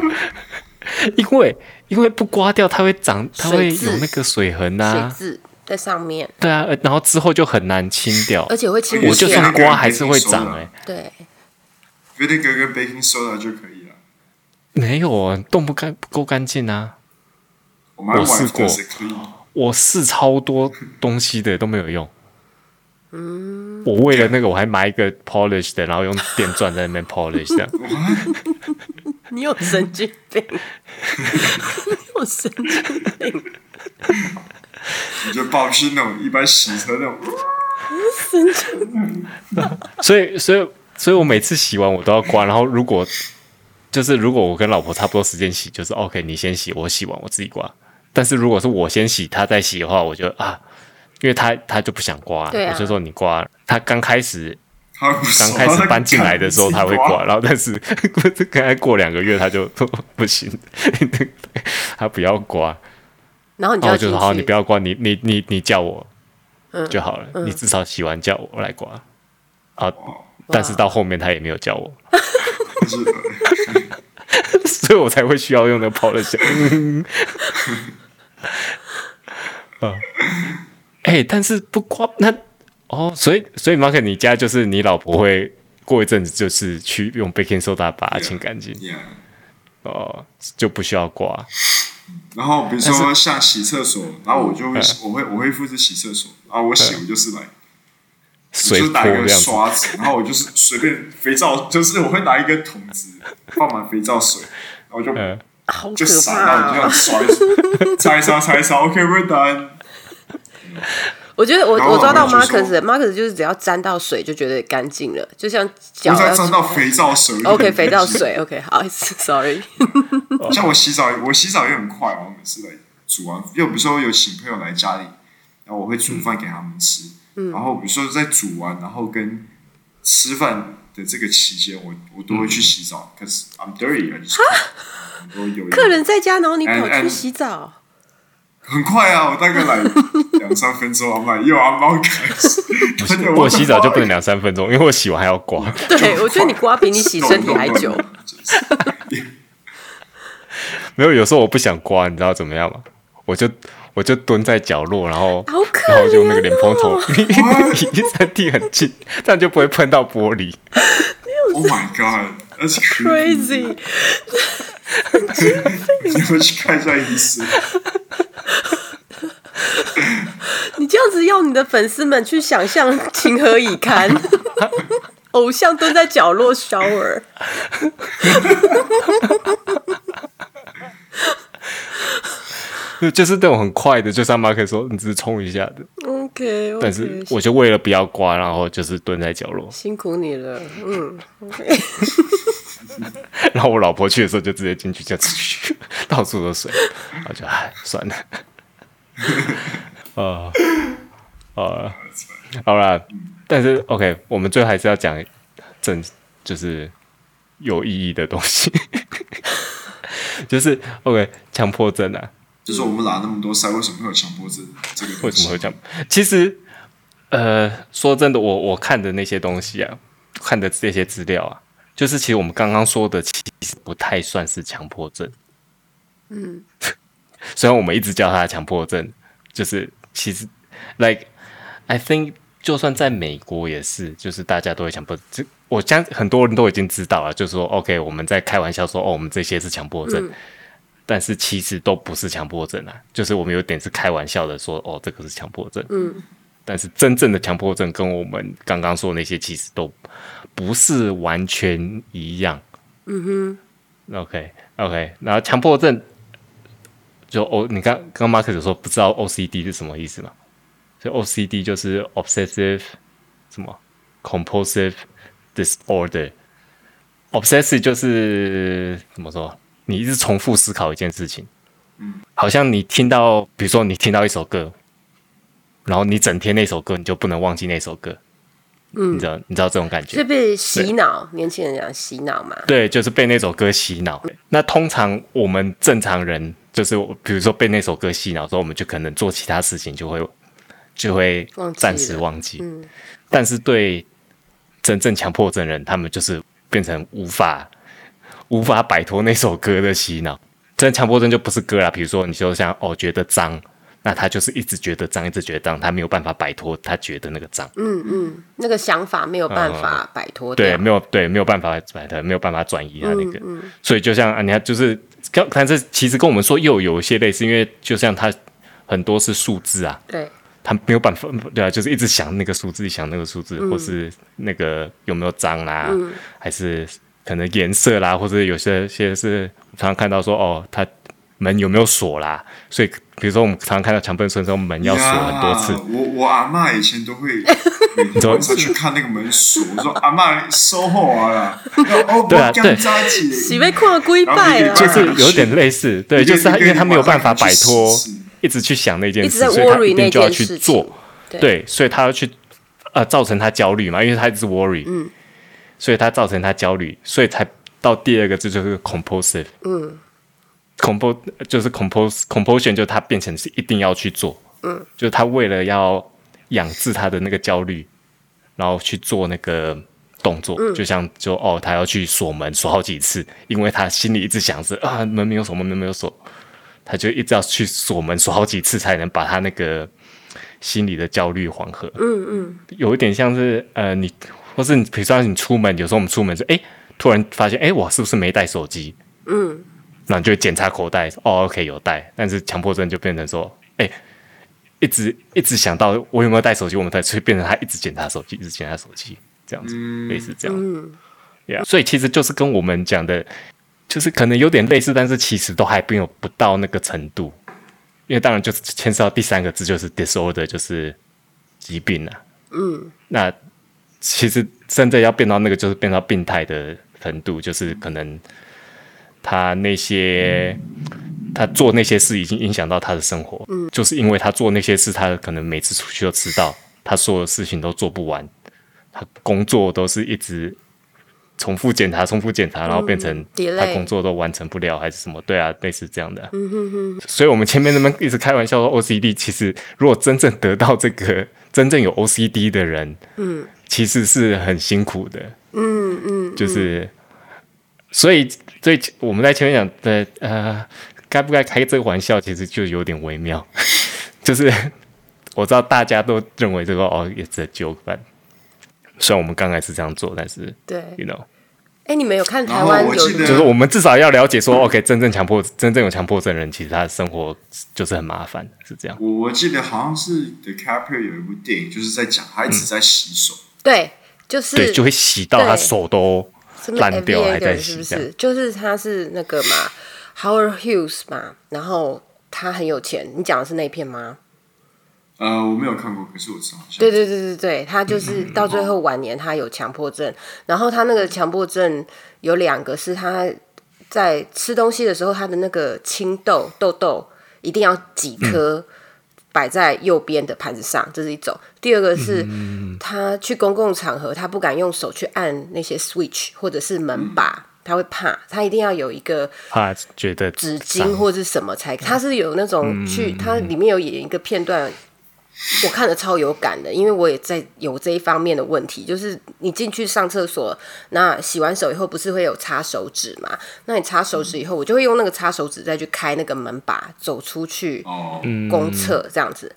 因为因为不刮掉它会长，它会水有渍那个水痕水啊，渍在上面，对啊，呃然后之后就很难清掉而。且啊会清我不就见算两个。刮还是会长哎、人对， vinegar 跟 baking soda 就可以了。没有啊，动不干不够干净啊。我妈我试 wife 过 does it clean，我试超多东西的都没有用。嗯，我为了那个我还买一个 polish 的，然后用电钻在那边 polish 这样。你有神经病， 你有神 经病，你就报是那种一般洗车那种，所以，所以，所以我每次洗完我都要刮。然后如果就是如果我跟老婆差不多时间洗，就是 OK，你先洗，我洗完我自己刮。但是如果是我先洗，她再洗的话，我就啊，因为她她就不想刮，对啊我就说你刮。她刚开始她不刚熟开始搬进来的时候他会挂， 刮，然后但是 刚才过两个月他就 说不行，他不要刮，然后你然后要哦我就进说好，你不去，嗯要刮，你你你你叫我就好了，你至少洗完叫我来刮啊。但是到后面他也没有叫我， 就是所以我才会需要用那个 polish。嗯 啊，哎、但是不刮那哦，所以所以 Mark，你家就是你老婆会过一阵子就是去用 baking soda 把它清干净 yeah。哦，就不需要刮。然后比如说像洗厕所，然后我就会嗯我会我会负责洗厕所，然后我洗我就是来，我水就泼拿一这个样子，刷子，然后我就是随便肥皂，就是我会拿一个桶子放满肥皂水，然后我就嗯，好可就撒，然后怕我就这哦、样刷一刷，擦 一刷擦一刷，OK，we're done。我觉得我然后我抓到我就说 Marcus，Marcus 就是只要沾到水就觉得干净了，就像脚我在要沾到肥皂水 OK 肥皂。水 OK 好 ，sorry， 像我洗澡，我洗澡也很快啊哦，我每次来煮完，因为比如说有请朋友来家里，然后我会煮饭给他们吃，嗯然后比如说在煮完，然后跟吃饭的这个期间，我我都会去洗澡，cause I'm dirty，I just 我有一嗯客人在家，然后你哎跑哎去洗澡。很快啊，我大概来两三分钟，I'm like yo I'm not guys， 不是我洗澡就不能两三分钟，因为我洗完还要刮。对，我觉得你刮比你洗身体还 久。没有，有时候我不想刮，你知道怎么样吗？我就我就蹲在角落，然后好可然后用那怜哦个脸盆头离身体很近，这样就不会碰到玻璃。 Oh my god，that's Crazy，你要去看一下医生。你这样子要你的粉丝们去想象，情何以堪？ 偶像蹲在角落 shower，就就是那种很快的，就像马克说，你只是冲一下的。 OK，, o k 但是我就为了不要刮，然后就是蹲在角落。辛苦你了，嗯，然后我老婆去的时候就直接进去，就 到处都水，然后就唉算了，呃呃，好啦，但是 OK，我们最后还是要讲正，就是有意义的东西， 就是 OK 强迫症啊，就是我们拿那么多塞，为什么会有强迫症？这个东西 为什么会这样？其实，呃，说真的，我我看的那些东西啊，看的这些资料啊，就是其实我们刚刚说的，其实不太算是强迫症。嗯， 虽然我们一直叫它强迫症，就是其实，like I think，就算在美国也是，就是大家都会强迫这。我相很多人都已经知道了，就是说，OK，我们在开玩笑说，哦，我们这些是强迫症，但是其实都不是强迫症啊，就是我们有点是开玩笑的说，哦，这个是强迫症，嗯，但是真正的强迫症跟我们刚刚说的那些其实都不是完全一样，嗯哼，OK OK，然后强迫症就 O，你刚刚 m a r k 有说不知道 OCD 是什么意思嘛？所以 OCD 就是 obsessive 什么 compulsive disorder。obsessive 就是怎么说？你一直重复思考一件事情，嗯，好像你听到，比如说你听到一首歌，然后你整天那首歌你就不能忘记那首歌，嗯，你知道你知道这种感觉是被洗脑，年轻人讲洗脑嘛，对，就是被那首歌洗脑。那通常我们正常人，就是我比如说被那首歌洗脑之后，我们就可能做其他事情就会就会忘记暂时了嗯忘记。但是对真正强迫症人，他们就是变成无法无法摆脱那首歌的洗脑。真强迫症就不是歌啦，比如说你就像哦觉得脏，那他就是一直觉得脏，一直觉得脏，他没有办法摆脱他觉得那个脏。那个想法没有办法摆脱嗯 掉对，，啊嗯没有对，没有办法转的，没有办法转移他啊那个，所以就像啊，你看就是，刚但是其实跟我们说又有一些类似，因为就像他很多是数字啊，对，他没有办法，对啊，就是一直想那个数字，想那个数字，或是那个有没有脏啦、还是可能颜色啦，或者有些些是我常常看到说哦，他门有没有锁啦，所以比如说我们常常看到强迫症说门要锁很多次呀我我阿嬷以前都会每天晚上去看那个门锁，我说阿嬷收好啊啦，哦，对啊我对干扎姐，洗被跨龟拜了，然后就是有点类似，对，你就就是他，因为他没有办法你就摆是脱去试试，一直去想那件一事，直在所以他 worry 一定就要去那件事做情，对，所以他要去呃，造成他焦虑嘛，因为他一直 worry，嗯，所以他造成他焦虑，所以才到第二个，这就是 compulsive，嗯，compos 就是 compos compulsion，就是他变成是一定要去做，嗯，就是他为了要养治他的那个焦虑，然后去做那个动作，嗯就像就哦，他要去锁门锁好几次，因为他心里一直想着啊，门没有锁，门没有锁，他就一直要去锁门锁好几次，才能把他那个心里的焦虑缓和。嗯嗯，有一点像是呃，你或是你比如说你出门，有时候我们出门就哎，突然发现哎，我是不是没带手机？嗯，那你就会检查口袋，哦，OK 有带，但是强迫症就变成说，哎。一直一直想到我有没有带手机，我们才所以变成他一直检查手机，一直检查手机这样子，类似这样。Yeah，所以其实就是跟我们讲的，就是可能有点类似，但是其实都还没有不到那个程度。因为当然就是牵涉到第三个字，就是 disorder，就是疾病啊。嗯，那其实真的要变到那个，就是变到病态的程度，就是可能他那些。他做那些事已经影响到他的生活，嗯，就是因为他做那些事，他可能每次出去都迟到，他所有事情都做不完，他工作都是一直重复检查、重复检查，然后变成 delay 他工作都完成不了还是什么？对啊，类似这样的啊、所以我们前面那边一直开玩笑说 OCD，其实如果真正得到这个 真正有 OCD 的人，嗯，其实是很辛苦的，嗯嗯，就是所以所以我们在前面讲的呃，该不该开这个玩笑，其实就有点微妙， 就是我知道大家都认为这个哦也只 joke，but 虽然我们刚开始这样做，但是对， you know。哎，你们有看台然后湾我有记得就是我们至少要了解说，OK，真正强迫、真正有强迫症的人，其实他的生活就是很麻烦，是这样。我我记得好像是 The Caprio 有一部电影，就是在讲他一直在洗手，对，就是对，就会洗到他手都什么烂掉 NBA 还在的洗是不这样是？就是他是那个嘛，Howard Hughes 嘛，然后他很有钱。你讲的是那片吗？呃，我没有看过，可是我知道好像对对对对对，他就是到最后晚年他有强迫症，然后他那个强迫症有两个是他在吃东西的时候，他的那个青豆豆豆一定要几颗摆在右边的盘子上，这是一种；第二个是他去公共场合，他不敢用手去按那些 switch 或者是门把。他会怕，他一定要有一个怕觉得纸脏巾或是什么才，他是有那种去，它里面有演一个片段，我看了超有感的，因为我也在有这一方面的问题，就是你进去上厕所，那洗完手以后不是会有擦手指嘛？那你擦手指以后，我就会用那个擦手指再去开那个门把，走出去哦，公厕嗯这样子。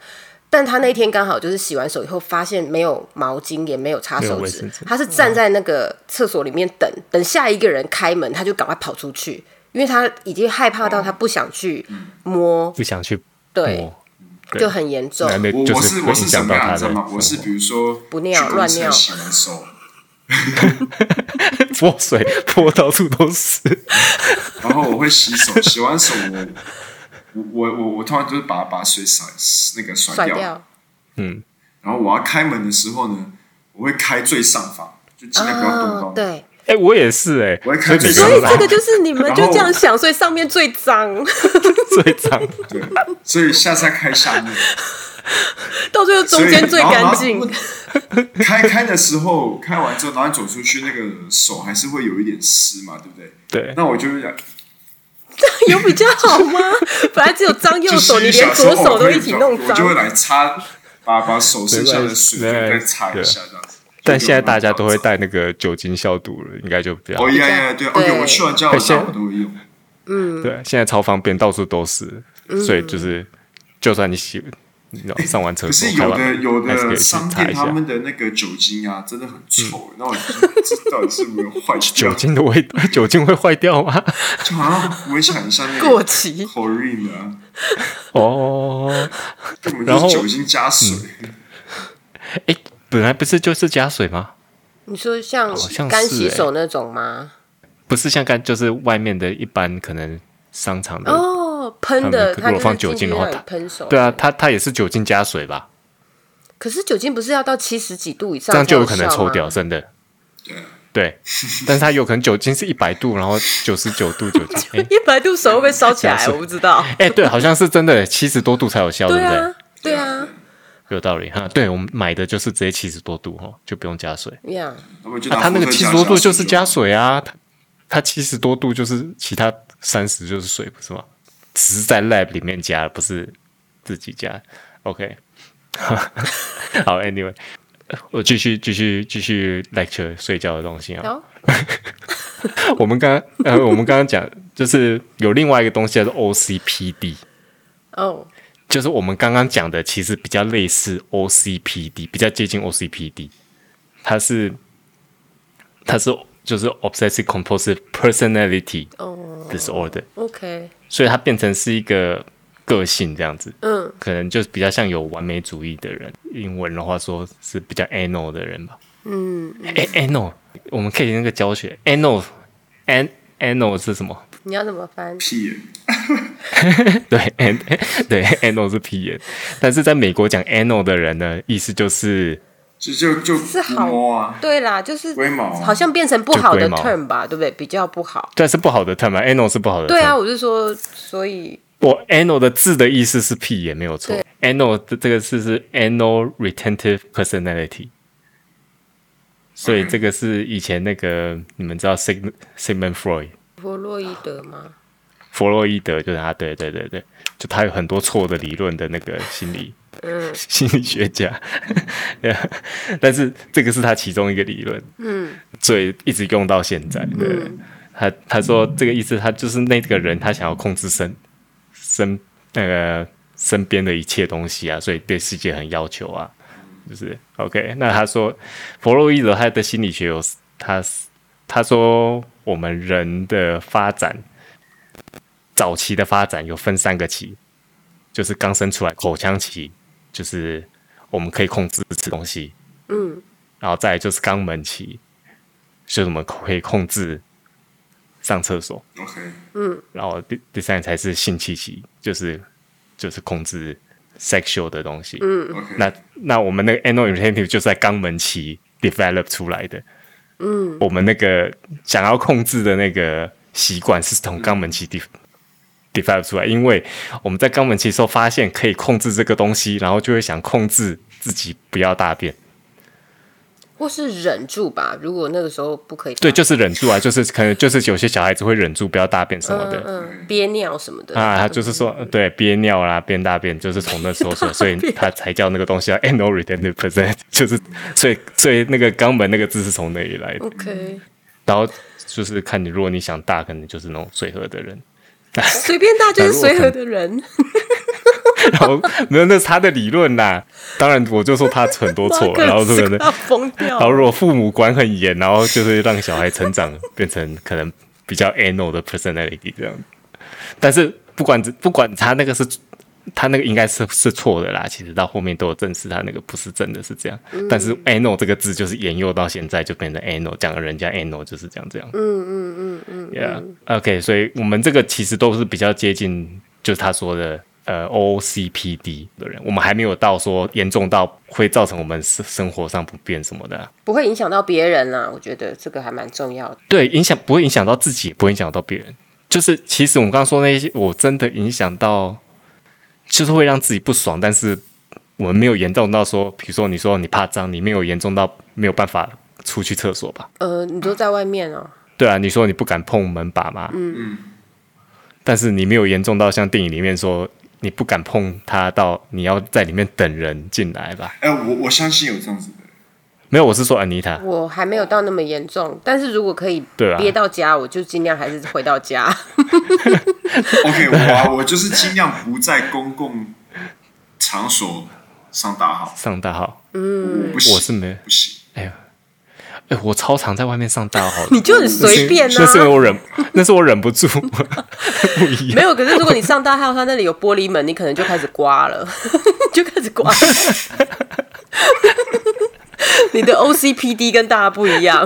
但他那天刚好就是洗完手以后，发现没有毛巾，也没有擦没有手卫纸生纸，嗯他是站在那个厕所里面等等下一个人开门，他就赶快跑出去，因为他已经害怕到他不想去摸，不想去对，摸，对就很严重。难免我就我是会我影是什响么到样他你的嗯知道生吗？活。我是比如说不尿去公乱厕尿洗完手， 泼水泼到处都是，然后我会洗手，洗完手我我我我我通常就是把把水甩那个甩甩掉，掉，然后我要开门的时候呢，我会开最上方，就尽量不要动到。哦，对， 哎、我也是哎、我也看所以每这个个所以人这个就是你们然就后这样想，所以上面最脏， 最脏，对，所以下次要开下面，到最后中间最干净所以。然后开开的时候，开完之后，然后你走出去，那个手还是会有一点湿嘛，对不对？ 对，那我就想，有比较好吗？本来只有脏右就手，是你一连小时左候手我都会一起弄我就会脏。来擦，把把手剩下的水对分对再擦一下这样子。但现在大家都会带那个酒精消毒了，应该就比较哦，呀呀，对对，OK，我去完加油现在站我都会用。对，啊现在超方便，到处都是，嗯所以就是就算你洗，你知道上完厕可所是开有完的门有还是可的以去商擦店一他下嗯们的那个酒精啊，真的很臭，那我就这到底是没有坏掉 酒，精的味道， 酒精会坏掉吗？ 就好像闻起来很像那过个期 chlorine 啊，哦，根本然后就嗯是酒精加水。哎，本来不是就是加水吗？你说像像干是洗欸手那种吗？不是像干，就是外面的一般可能商场的，哦，喷的，嗯他它们如果就是放进酒去精的话让你它喷手。对啊，，它它也是酒精加水吧？可是酒精不是要到七十几度以上啊这样就有才可能效抽吗掉，真的。对啊， 对，但是它有可能酒精是一百度，然后九十九度酒精， 哎一百度手会不会烧 起来？加水我不知道。哎，对，好像是真的，七十多度才有效，对对不对？啊，对啊，有道理哈，对我们买的就是直接七十多度哦，就不用加水。呀，那么就那拿它那个伏特七加十多度下去就是加水啊，它它七十多度就是其他三十就是水，不是吗？只是在 lab 里面加，不是自己加。OK，好，Anyway，我呃继续继续继续 lecture 睡觉的东西啊。好， 我们刚刚呃，我们刚刚讲就是有另外一个东西叫做 OCPD，哦，就是我们刚刚讲的，其实比较类似 OCPD，比较接近 OCPD，它是它是就是 obsessive compulsive personality 哦 disorder，、 ，OK，所以它变成是一个个性这样子，嗯，可能就是比较像有完美主义的人，英文的话说是比较 anal 的人吧，嗯，哎 anal，我们可以那个教学 anal，an anal 是什么？你要怎么翻？屁眼， 对，an 对 anal 是屁眼，但是在美国讲 anal 的人呢，意思就是就就就这好摸啊，对啦，就是龟毛啊好像变成不好的就龟毛 term 吧，对不对？比较不好。啊啊但是不好的 term 嘛，anal 是不好的 term。对啊，我是说，所以我 anal 的字的意思是屁也没有错对，anal 的这个字是 anal retentive personality，所以 OK 这个是以前那个你们知道 Sig Sigmund Freud 弗洛伊德吗？弗洛伊德就是他，对对对对，就他有很多错的理论的那个心理嗯， 心理学家， 对啊但是这个是他其中一个理论，嗯，所以一直用到现在。对，他他说这个意思，他就是那个人，他想要控制身身那个身边的一切东西啊，所以对世界很要求啊，就是 OK。那他说，弗洛伊德他的心理学有他他说我们人的发展早期的发展有分三个期，就是刚生出来口腔期，就是我们可以控制吃东西，嗯，然后再来就是肛门期，就是我们可以控制上厕所， OK，然后第第三个才是性器期，就是就是控制 sexual 的东西，嗯， OK，那那我们那个 anal retentive 就是在肛门期 develop 出来的。嗯，我们那个想要控制的那个习惯是从肛门期 de develop 出来，因为我们在肛门期的时候发现可以控制这个东西，然后就会想控制自己不要大便。或是忍住吧。如果那个时候不可以，对，就是忍住啊，就是可能就是有些小孩子会忍住不要大便什么的。嗯憋尿什么的啊，他就是说，对，憋尿啦，变大便，就是从那时候说，所以他才叫那个东西叫 anal retentive percent，就是 所以所以那个肛门那个字是从那里嗯来的。 OK，然后就是看你，如果你想大，可能就是那种随和的人。随便大就是随和的人， 然后没有，那是他的理论啦。当然，我就说他很多 错，然后这个呢，要疯掉然后。如果父母管很严，然后就是让小孩成长变成可能比较 anal 的 personality 这样。但是不管不管他那个是他那个应该是是错的啦，其实到后面都有证实他那个不是真的是这样。但是 anal 这个字就是沿用到现在，就变成 anal，讲人家 anal 就是这样这样。嗯嗯嗯嗯。Yeah，OK，、所以我们这个其实都是比较接近，就是他说的。呃，OCPD 的人，我们还没有到说严重到会造成我们生生活上不便什么的啊、不会影响到别人啦、我觉得这个还蛮重要的。对，影响不会影响到自己，也不会影响到别人。就是其实我们刚刚说那些，我真的影响到，就是会让自己不爽，但是我们没有严重到说，比如说你说你怕脏，你没有严重到没有办法出去厕所吧？呃，你都在外面哦，对啊，你说你不敢碰门把嘛，嗯嗯，但是你没有严重到像电影里面说你不敢碰它到你要在里面等人进来吧？哎、我我相信有这样子的人，没有，我是说安妮塔，我还没有到那么严重，但是如果可以对啊憋到家，我就尽量还是回到家。 OK，我我就是尽量不在公共场所上大号，上大号，我不行，我是没，不行。哎，我超常在外面上大号的，你就很随便 那是因为啊，我忍， 那是我忍不住，不一 没样。有。可是如果你上大号，它那里有玻璃门，你可能就开始刮了， 就开始刮。 你的 OCPD 跟大家不 一样，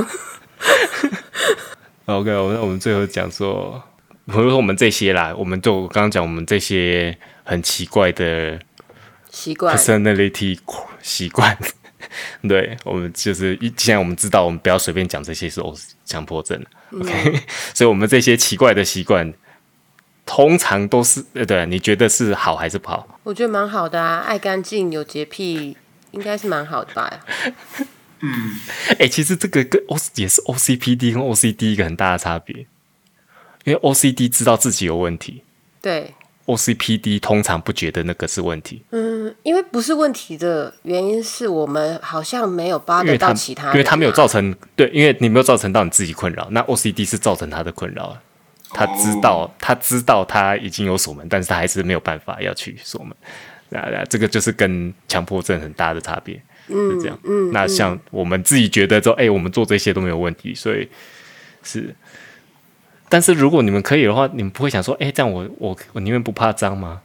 OK，我那我们最后讲说，比如说我们这些啦，我们就我刚刚讲我们这些很奇怪的习惯 personality 习惯， 对我们就是一，既然我们知道我们不要随便讲这些是 O 强迫症，OK，、所 以我们这些奇怪的习惯，通常都是呃，对，你觉得是好还是不好？我觉得蛮好的啊，爱干净、有洁癖，应该是蛮好的吧。哎、其实这个跟 O 也是 OCPD 跟 OCD 一个很大的差别，因为 OCD 知道自己有问题对， ，OCPD 通常不觉得那个是问题，嗯，因为不是问题的原因是我们好像没有巴因得为到他其他人啊、因为他没有造成对，因为你没有造成到你自己困扰，那 OCD 是造成他的困扰啊。他知哦道，他知道他已经有锁门，但是他还是没有办法要去锁门。那那这个就是跟强迫症很大的差别，是这样。嗯，那像我们自己觉得说，哎、我们做这些都没有问题，所以是。但是如果你们可以的话，你们不会想说，哎、这样我我我宁愿不怕脏吗？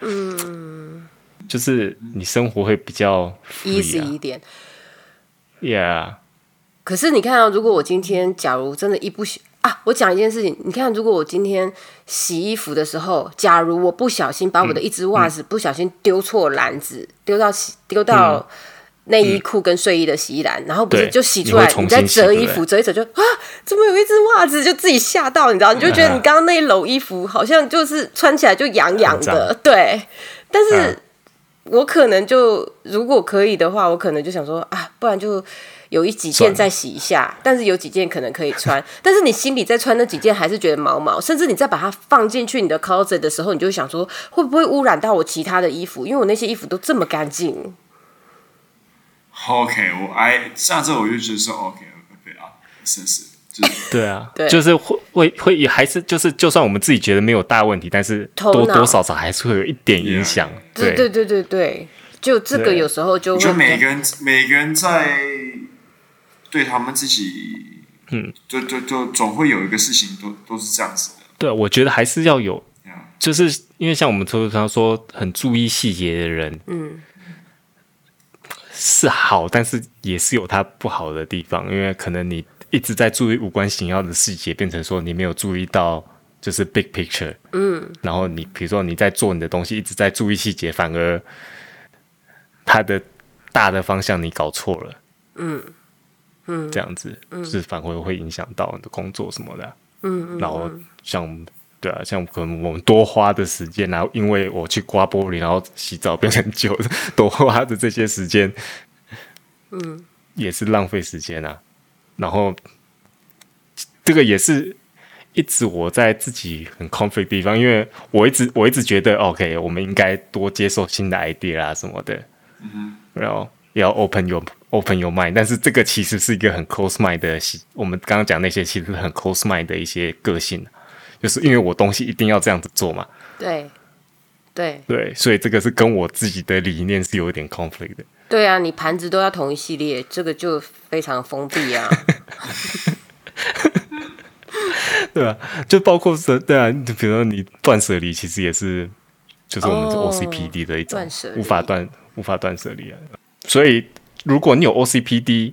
嗯， 就是你生活会比较 free easy 啊一点。 ，yeah，可是你看、啊，如果我今天假如真的一不小啊，我讲一件事情，你看，如果我今天洗衣服的时候，假如嗯我不小心把我的一只袜子不小心丢错篮子，丢到洗丢到内衣裤跟睡衣的洗衣篮，然后不是嗯对就洗出来你会，重你新再洗折衣对服，折一折就啊，怎么有一只袜子？就自己吓到，你知道？嗯你就觉得你刚刚那一篓衣服好像就是穿起来就痒痒很的，对。但嗯是我可能就如果可以的话，我可能就想说啊，不然就有一几算件了再洗一下，但是有几件可能可以穿，但是你心里在穿那几件还是觉得毛毛，甚至你再把它放进去你的 closet 的时候，你就会想说会不会污染到我其他的衣服？因为我那些衣服都这么干净， OK，我 I 下次我就觉得说 OK，对啊，真是 就是对啊，对就是会会会也还是就是，就算我们自己觉得没有大问题，但是头多脑多少少还是会有一点影响。对对对对对，就这个对有时候就我会觉得每个人每个人在对他们自己，嗯，就就就总会有一个事情都都是这样子的，对，我觉得还是要有，这样就是因为像我们通常说很注意细节的人，嗯，是好，但是也是有它不好的地方，因为可能你一直在注意无关紧要的细节，变成说你没有注意到就是 big picture，嗯，然后你比如说你在做你的东西，一直在注意细节，反而它的大的方向你搞错了，嗯嗯，这样子，就是反而会影响到你的工作什么的啊、嗯，然后像。对啊，像可能我们多花的时间，然后因为我去刮玻璃，然后洗澡变成酒， 多花的这些时间，也是浪费时间啊。然后这个也是一直我在自己很 conflict 的地方，因为我一直我一直觉得 OK，我们应该多接受新的 idea 啊什么的，嗯、然后也要 open your open your mind，但是这个其实是一个很 close mind 的习，我们刚刚讲那些其实是很 close mind 的一些个性，就是因为我东西一定要这样子做嘛，对对对，所以这个是跟我自己的理念是有一点 conflict 的。对啊，你盘子都要同一系列，这个就非常封闭啊。对啊，就包括是，对啊，就比如说你断舍离，其实也是就是我们哦 OCPD 的一种、断舍离无法断无法断舍离啊。所以如果你有 OCPD，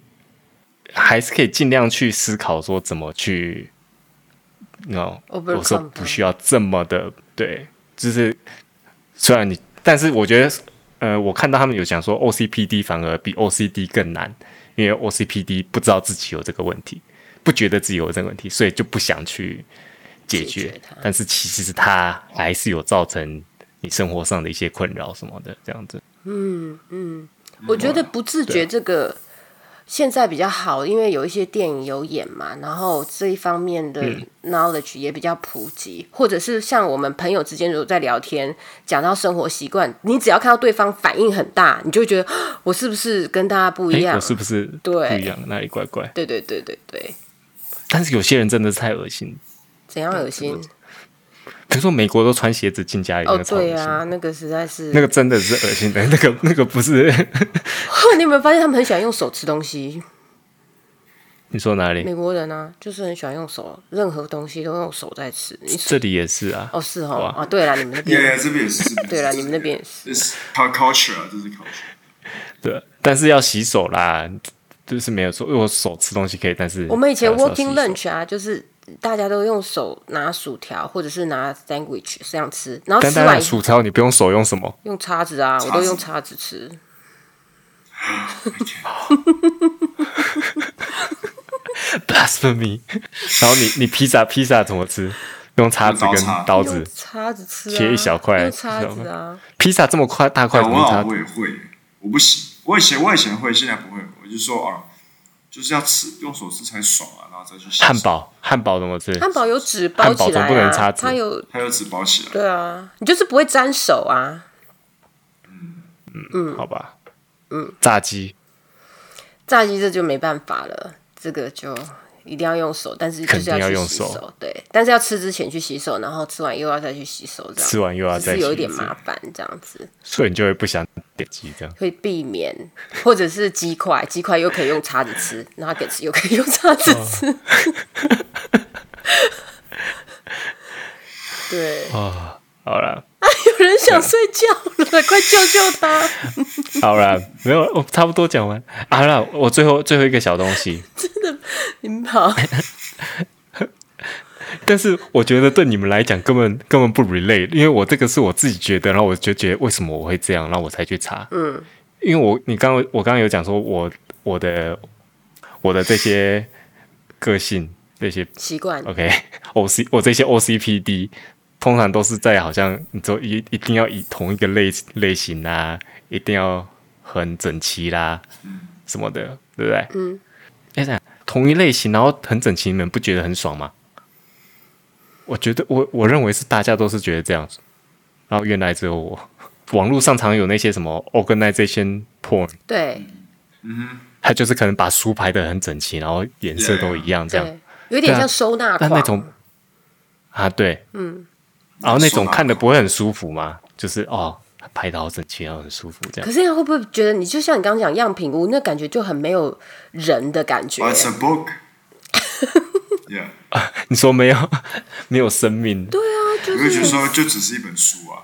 还是可以尽量去思考说怎么去，no， Overcome 嗯我说不它需要这么的对，就是虽然你，但是我觉得呃，我看到他们有讲说 OCPD 反而比 OCD 更难，因为 OCPD 不知道自己有这个问题，不觉得自己有这个问题，所以就不想去解决。解决它但是其实它还是有造成你生活上的一些困扰什么的，这样子。我觉得嗯不自觉这个现在比较好，因为有一些电影有演嘛，然后这一方面的嗯 knowledge 也比较普及，或者是像我们朋友之间如果在聊天，讲到生活习惯，你只要看到对方反应很大，你就会觉得啊我是不是跟大家不一诶样我？是不是对不一样？哪里怪怪？对对对对对，但是有些人真的是太恶心，怎样恶心？比如说美国都穿鞋子进家里，那哦，个超恶对心。啊，那个实在是那个真的是恶心的，那 个那个不是 你有没有发现他们很喜欢用手吃东西？你说哪里？美国人啊，就是很喜欢用手，任何东西都用手在吃。你这里也是啊，哦是好哦啊啊，对了，你们那边，Yeah，这边也是，这边也是对了，你们那边也是。这是 culture 啊，这是 culture，对，但是要洗手啦，就是没有说我手吃东西可以，但是我们以前还是要洗 working 手 lunch 啊，就是大家都用手拿薯条或者是拿 sandwich 这样吃，然后但吃当完然以后薯条你不用手用什么，用叉子啊，我叉都子用叉子吃。 blasphemy。然 后你你披萨披萨怎么吃？用叉子跟刀子用。叉子吃、啊，切一小块用叉子啊，披萨这么快大块但我怎么老叉？我也会，我不行，我以前我以前会，现在不会，我就说啊，就是要吃用手吃才爽啊，然后再去洗手汉，堡汉堡怎么吃？汉堡有纸包起来汉堡总不能啊，叉子它有它又纸包起来，对啊，你就是不会沾手啊。好吧，嗯，炸鸡、炸鸡这就没办法了，这个就一定要用手，但是就是肯定要去用洗手，手对，但是要吃之前去洗手，然后吃完又要再去洗手，这样吃完又要只再是有洗一点一次麻烦这样子。所以你就会不想点鸡这样。会避免，或者是鸡块，鸡块又可以用叉子吃，那给又可以用叉子哦吃。对，哦好了，有人啊想睡觉了，快救救他！好了，没有，我差不多讲完。啊好了，我最后最后一个小东西，你们好， 但是我觉得对你们来讲根本根本不 relate，因为我这个是我自己觉得，然后我就觉得为什么我会这样，然后我才去查。嗯，因为我你刚我刚刚有讲说我我的我的这些个性这些习惯 OK O C 我这些 O C P D 通常都是在好像你就一一定要以同一个类类型啊，一定要很整齐啦什么的，对不对？嗯，哎、欸，同一类型然后很整齐，你们不觉得很爽吗？我觉得我我认为是大家都是觉得这样子，然后原来只有我。网络上常有那些什 么 organization porn，对嗯他就是可能把书排的很整齐，然后颜色都一样这样。对，有点像收纳但狂，那种啊，对，嗯，然后那收种纳看的狂不会很舒啊服吗？就是哦，排的好整齐，然后很舒服这样可。是会不会觉得你就像你刚刚讲样品屋，那感觉就很没有人的感觉？ But it's a book. yeah，你说没有 没有生命，对啊，就我就觉得是说就只是一本书啊。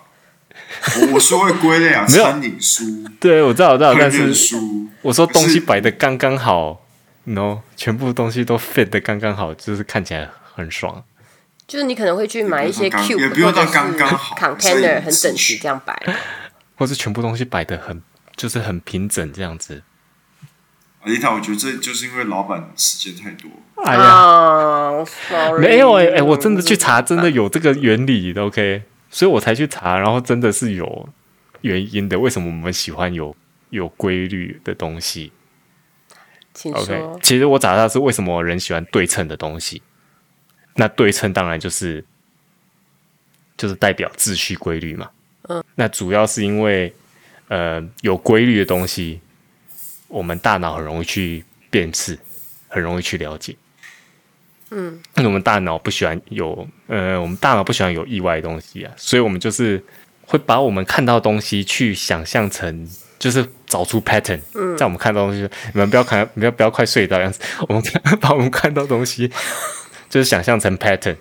我我是会归类啊，没有餐饮书、对我知道我知道，烹但饪是书。我说东可是西摆的刚刚好，no，全部东西都 fit 的刚刚好，就是看起来很爽。就是你可能会去买一些也不用 cube 也不用或者到是刚刚好 container 所以很整齐这样摆，或是全部东西摆的很就是很平整这样子。丽啊塔，我觉得这就是因为老板时间太多，哎呀，啊，sorry，没有哎、哎、我真的去查，真的有这个原理的，OK，所以我才去查，然后真的是有原因的。为什么我们喜欢有有规律的东西请？OK，说，其实我找到是为什么人喜欢对称的东西。那对称当然就是就是代表秩序规律嘛。嗯，那主要是因为呃有规律的东西，我们大脑很容易去辨识，很容易去了解。嗯，因为我们大脑不喜欢有呃，我们大脑不喜欢有意外的东西啊，所以我们就是会把我们看到的东西去想象成，就是找出 pattern。嗯，在我们看到的东西，你们不要看，不要不要快睡着样子，我们 看把我们看到的东西就是想象成 pattern，、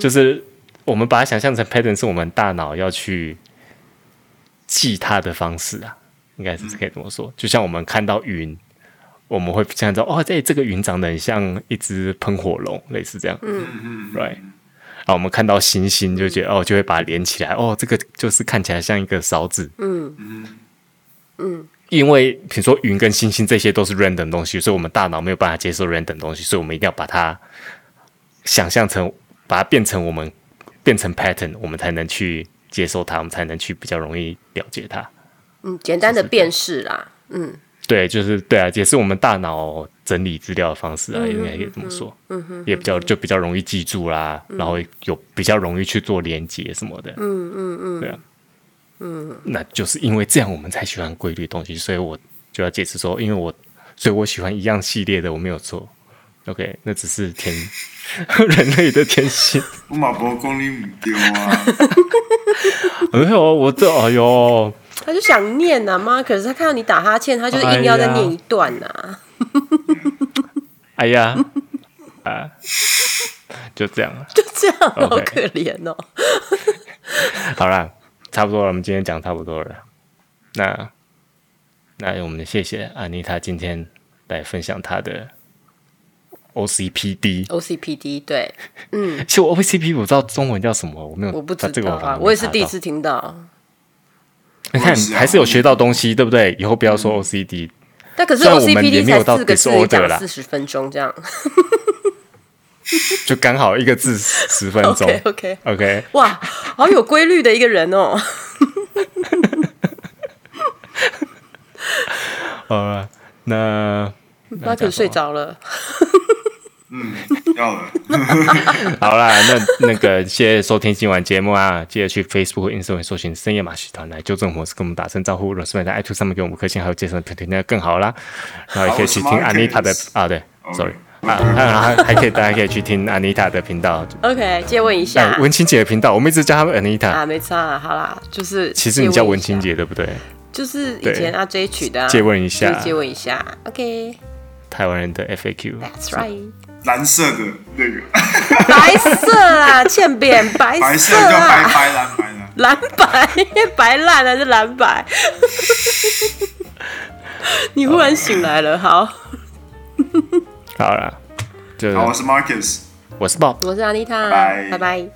就是我们把它想象成 pattern，是我们大脑要去记它的方式啊，应该是可以这么说。就像我们看到云，我们会想到哦，这这个云长得很像一只喷火龙，类似这样。嗯嗯，right。然后我们看到星星，就觉得、哦，就会把它连起来。哦，这个就是看起来像一个勺子。嗯因为比如说云跟星星这些都是 random 东西，所以我们大脑没有办法接受 random 东西，所以我们一定要把它想象成，把它变成我们变成 pattern，我们才能去接受它，我们才能去比较容易了解它。嗯，简单的辨识啦，嗯对，就是对啊，也是我们大脑整理资料的方式啊，应该可以这么说，嗯哼，也比较就比较容易记住啦，然后有比较容易去做连接什么的。嗯嗯嗯，对啊，嗯，那就是因为这样我们才喜欢规律的东西，所以我就要解释说，因为我，所以我喜欢一样系列的，我没有错。OK，那只是天 人类的天性。 我马博公里唔丢啊，没有，我这哎呦，他就想念呐、妈，可是他看到你打哈欠，他就是硬要再念一段啊呐、哎呀，啊，就这样啊了。就这样，好 OK 可怜哦。 好啦，差不多了，我们今天讲差不多了。那那我们谢谢安妮塔今天来分享她的 OCPD。 OCPD 对，其实我 OCP 我知道中文叫什么，我没有，嗯我不知这个道我反啊而，没我也是查第一到次听到。你看我也是啊还是有学到东西，对不对？以后不要嗯说 OCD，但可是虽然我们也 OCPD 没有到才四个字，你 disorder 讲啦四十分钟这样。就刚好一个字十分 钟。 OK OK， OK，哇，好有规律的一个人哦。好了，那马可睡着了，要了，好啦，那那个谢谢收听今晚节目啊！ 记得去 Facebook、Instagram 搜寻“深夜马戏团”来纠正模式，跟我们打声招呼。顺便在 iTunes 上面给我们五颗星，还有介绍评论，那更好啦。然后也可以去听好我是 Anita 的 Marcus 啊，对 OK ，sorry 啊，还还还可以大家可以去听 Anita 的频道， OK，借问一下哎，文青姐的频道，我们一直叫她们 Anita，、啊，没差啊，好啦，就是其实你叫借问文一下青，姐对不对？就是以对前阿 J 取的啊，借问一就下是借问一下，OK，That's 台湾人的 FAQ。 right，蓝色的那个，白色 啊，欠扁白白色色叫白啊，白蓝白蓝。蓝白白烂还是 蓝白？你忽然醒来了，哦好，好啦，就啊好，我是 Marcus。我是 Bob。我是 Anita，拜拜拜。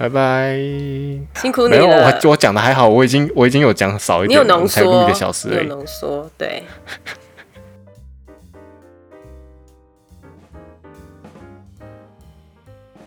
拜拜。辛苦你没有，我了。我讲的还好，我已经我已经有讲少一你点有了，我浓们才录缩，一个小时你而有已。浓缩，对。